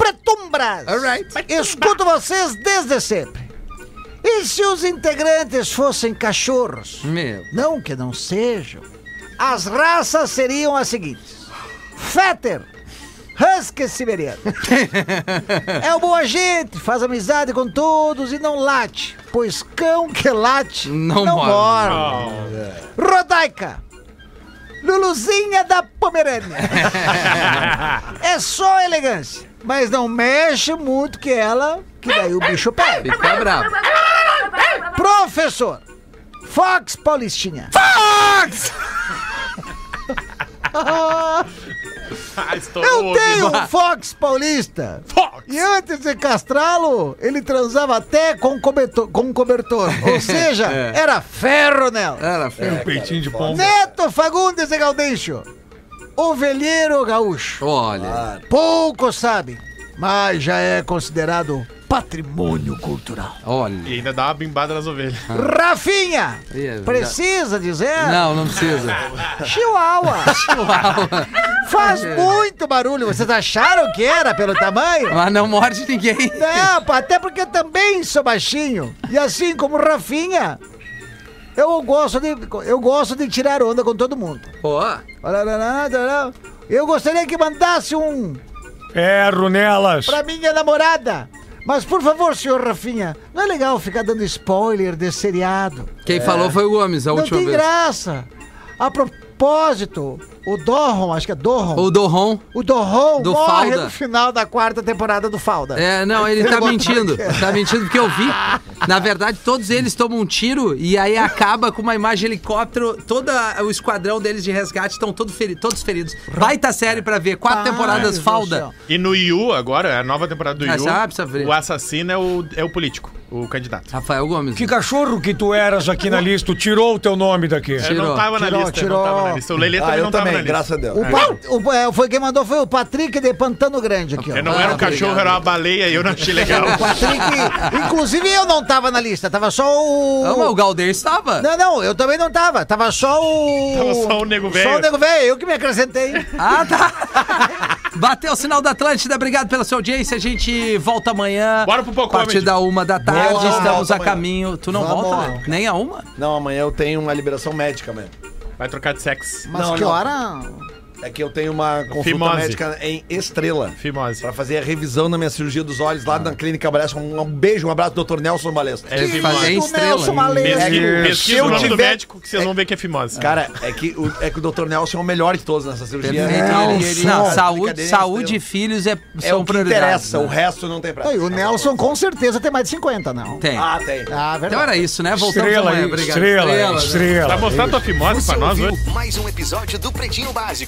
[SPEAKER 4] pretumbras!
[SPEAKER 5] All right.
[SPEAKER 4] Escuto vocês desde sempre. E se os integrantes fossem cachorros?
[SPEAKER 5] Meu.
[SPEAKER 4] Não que não sejam. As raças seriam as seguintes: Fetter, Husky Siberiano. é um bom agente, faz amizade com todos e não late, pois cão que late
[SPEAKER 5] Não
[SPEAKER 4] não,
[SPEAKER 5] morde.
[SPEAKER 4] morde.
[SPEAKER 6] Ah,
[SPEAKER 4] Rodaica. Luluzinha da Pomerânia. é só elegância. Mas não mexe muito que ela, que daí o bicho pega.
[SPEAKER 5] Fica bravo.
[SPEAKER 4] Professor. Fox Paulistinha. Fox!
[SPEAKER 6] Ah, estourou o
[SPEAKER 4] Eu
[SPEAKER 6] ouvido.
[SPEAKER 4] tenho um Fox paulista.
[SPEAKER 6] Fox.
[SPEAKER 4] E antes de castrá-lo, ele transava até com um cobertor. Com cobertor. Ou seja,
[SPEAKER 5] É.
[SPEAKER 4] era ferro nela.
[SPEAKER 5] Era
[SPEAKER 4] É.
[SPEAKER 5] feio.
[SPEAKER 10] Peitinho de pombo.
[SPEAKER 4] Neto Fagundes e Gaudêncio. O velheiro gaúcho.
[SPEAKER 5] Olha.
[SPEAKER 4] Poucos sabem, mas já é considerado patrimônio cultural.
[SPEAKER 5] Olha.
[SPEAKER 6] E ainda dá uma bimbada nas ovelhas.
[SPEAKER 4] Rafinha!
[SPEAKER 5] Ah. Ih,
[SPEAKER 4] Precisa dizer?
[SPEAKER 5] Não, não precisa.
[SPEAKER 4] Chihuahua! Faz muito barulho. Vocês acharam que era pelo tamanho?
[SPEAKER 5] Mas não morde ninguém.
[SPEAKER 4] Não, pá, até porque eu também sou baixinho. E assim como Rafinha, eu gosto de, eu gosto de tirar onda com todo mundo.
[SPEAKER 5] Pô.
[SPEAKER 4] Eu gostaria que mandasse um
[SPEAKER 10] Erro nelas.
[SPEAKER 4] pra minha namorada. Mas por favor, senhor Rafinha, não é legal ficar dando spoiler desse seriado.
[SPEAKER 5] Quem falou foi o Gomes a
[SPEAKER 4] É. Não
[SPEAKER 5] última
[SPEAKER 4] tem
[SPEAKER 5] vez.
[SPEAKER 4] graça. A propósito, o Dorron, acho que é Dorron.
[SPEAKER 5] O Dorron.
[SPEAKER 4] O Dorron
[SPEAKER 5] Do
[SPEAKER 4] morre
[SPEAKER 5] Falda.
[SPEAKER 4] no final da quarta temporada do Falda.
[SPEAKER 5] É, não, ele tá
[SPEAKER 4] botou
[SPEAKER 5] mentindo. Tá mentindo porque eu vi. Na verdade, todos eles tomam um tiro e aí acaba com uma imagem de helicóptero. Todo o esquadrão deles de resgate estão todo feri todos feridos. Baita série pra ver. Quatro
[SPEAKER 4] Rapaz
[SPEAKER 5] temporadas
[SPEAKER 4] do
[SPEAKER 5] falda.
[SPEAKER 4] céu.
[SPEAKER 6] E no Yu, agora, é a nova temporada do
[SPEAKER 5] Ah,
[SPEAKER 6] Yu,
[SPEAKER 5] sabe, sabe.
[SPEAKER 6] o assassino é o, é o político, o candidato.
[SPEAKER 5] Rafael Gomes.
[SPEAKER 10] Que cachorro que tu eras aqui na lista, tu tirou o teu nome daqui.
[SPEAKER 6] Eu não
[SPEAKER 5] Tirou,
[SPEAKER 6] tava na
[SPEAKER 4] tirou,
[SPEAKER 6] lista, eu
[SPEAKER 4] tirou.
[SPEAKER 6] não tava na lista. O Lelê
[SPEAKER 7] Ah,
[SPEAKER 6] também
[SPEAKER 7] eu
[SPEAKER 6] não tava na
[SPEAKER 7] também,
[SPEAKER 6] lista.
[SPEAKER 7] graças a Deus.
[SPEAKER 4] O Pa- o- é, foi quem mandou foi o Patrick de Pantano Grande aqui, ó.
[SPEAKER 6] Eu não era um
[SPEAKER 5] obrigado.
[SPEAKER 6] cachorro, era uma baleia e eu não achei legal.
[SPEAKER 4] Patrick, inclusive eu não tava na lista, tava só o.
[SPEAKER 5] Não, mas o Galdês estava.
[SPEAKER 4] Não, não, eu também não tava. Tava só o.
[SPEAKER 6] Tava só o nego
[SPEAKER 4] Só
[SPEAKER 6] velho.
[SPEAKER 4] o nego velho, eu que me acrescentei.
[SPEAKER 5] Ah, tá. Bateu o sinal da Atlântida, obrigado pela sua audiência. A gente volta amanhã.
[SPEAKER 6] Bora pro
[SPEAKER 5] A
[SPEAKER 6] Pocô,
[SPEAKER 5] partir
[SPEAKER 6] Mendes.
[SPEAKER 5] da uma da tarde,
[SPEAKER 7] Boa,
[SPEAKER 5] estamos
[SPEAKER 7] volta
[SPEAKER 5] a
[SPEAKER 7] amanhã.
[SPEAKER 5] caminho. Tu não
[SPEAKER 4] Vamos.
[SPEAKER 5] volta, né? Nem a uma?
[SPEAKER 7] Não, amanhã eu tenho uma liberação médica, mano.
[SPEAKER 6] Vai trocar de sexo.
[SPEAKER 4] Mas
[SPEAKER 7] Não,
[SPEAKER 4] que
[SPEAKER 7] não.
[SPEAKER 4] hora?
[SPEAKER 7] É que eu tenho uma consulta
[SPEAKER 6] Fimose.
[SPEAKER 7] médica em Estrela.
[SPEAKER 6] Fimose.
[SPEAKER 7] Pra fazer a revisão da minha cirurgia dos olhos lá na Clínica Balestra. Um, um beijo, um abraço, doutor Nelson Balestra.
[SPEAKER 6] É
[SPEAKER 5] fazer
[SPEAKER 6] fimose.
[SPEAKER 5] em
[SPEAKER 4] Isso,
[SPEAKER 5] estrela.
[SPEAKER 4] Nelson Malê.
[SPEAKER 6] Pesquisa, pesquisa
[SPEAKER 7] eu
[SPEAKER 6] o nome do
[SPEAKER 7] tiver-
[SPEAKER 6] médico que vocês vão ver que é fimose.
[SPEAKER 7] Cara, é que, o, é que o doutor Nelson é o melhor de todos nessa cirurgia. É,
[SPEAKER 5] Perfeito.
[SPEAKER 7] Ele-
[SPEAKER 5] Não,
[SPEAKER 7] ele-
[SPEAKER 5] não,
[SPEAKER 7] a clínica
[SPEAKER 5] saúde,
[SPEAKER 7] dele é
[SPEAKER 5] saúde e
[SPEAKER 7] Estrela.
[SPEAKER 5] filhos é,
[SPEAKER 7] é
[SPEAKER 5] são
[SPEAKER 7] o que
[SPEAKER 5] prioridades.
[SPEAKER 7] interessa,
[SPEAKER 5] né?
[SPEAKER 7] o resto não tem pra Tá
[SPEAKER 4] Aí, o Nelson com certeza tem mais de 50, não.
[SPEAKER 5] Tem.
[SPEAKER 7] Ah, tem.
[SPEAKER 4] Ah, verdade.
[SPEAKER 5] Então era isso, né? Voltamos
[SPEAKER 10] é Estrela,
[SPEAKER 5] amanhã,
[SPEAKER 10] aí,
[SPEAKER 5] obrigado.
[SPEAKER 10] estrela,
[SPEAKER 6] Tá
[SPEAKER 5] né?
[SPEAKER 10] estrela.
[SPEAKER 6] Vai mostrar tua fimose pra nós né? hoje?
[SPEAKER 12] mais um episódio do Pretinho Básico.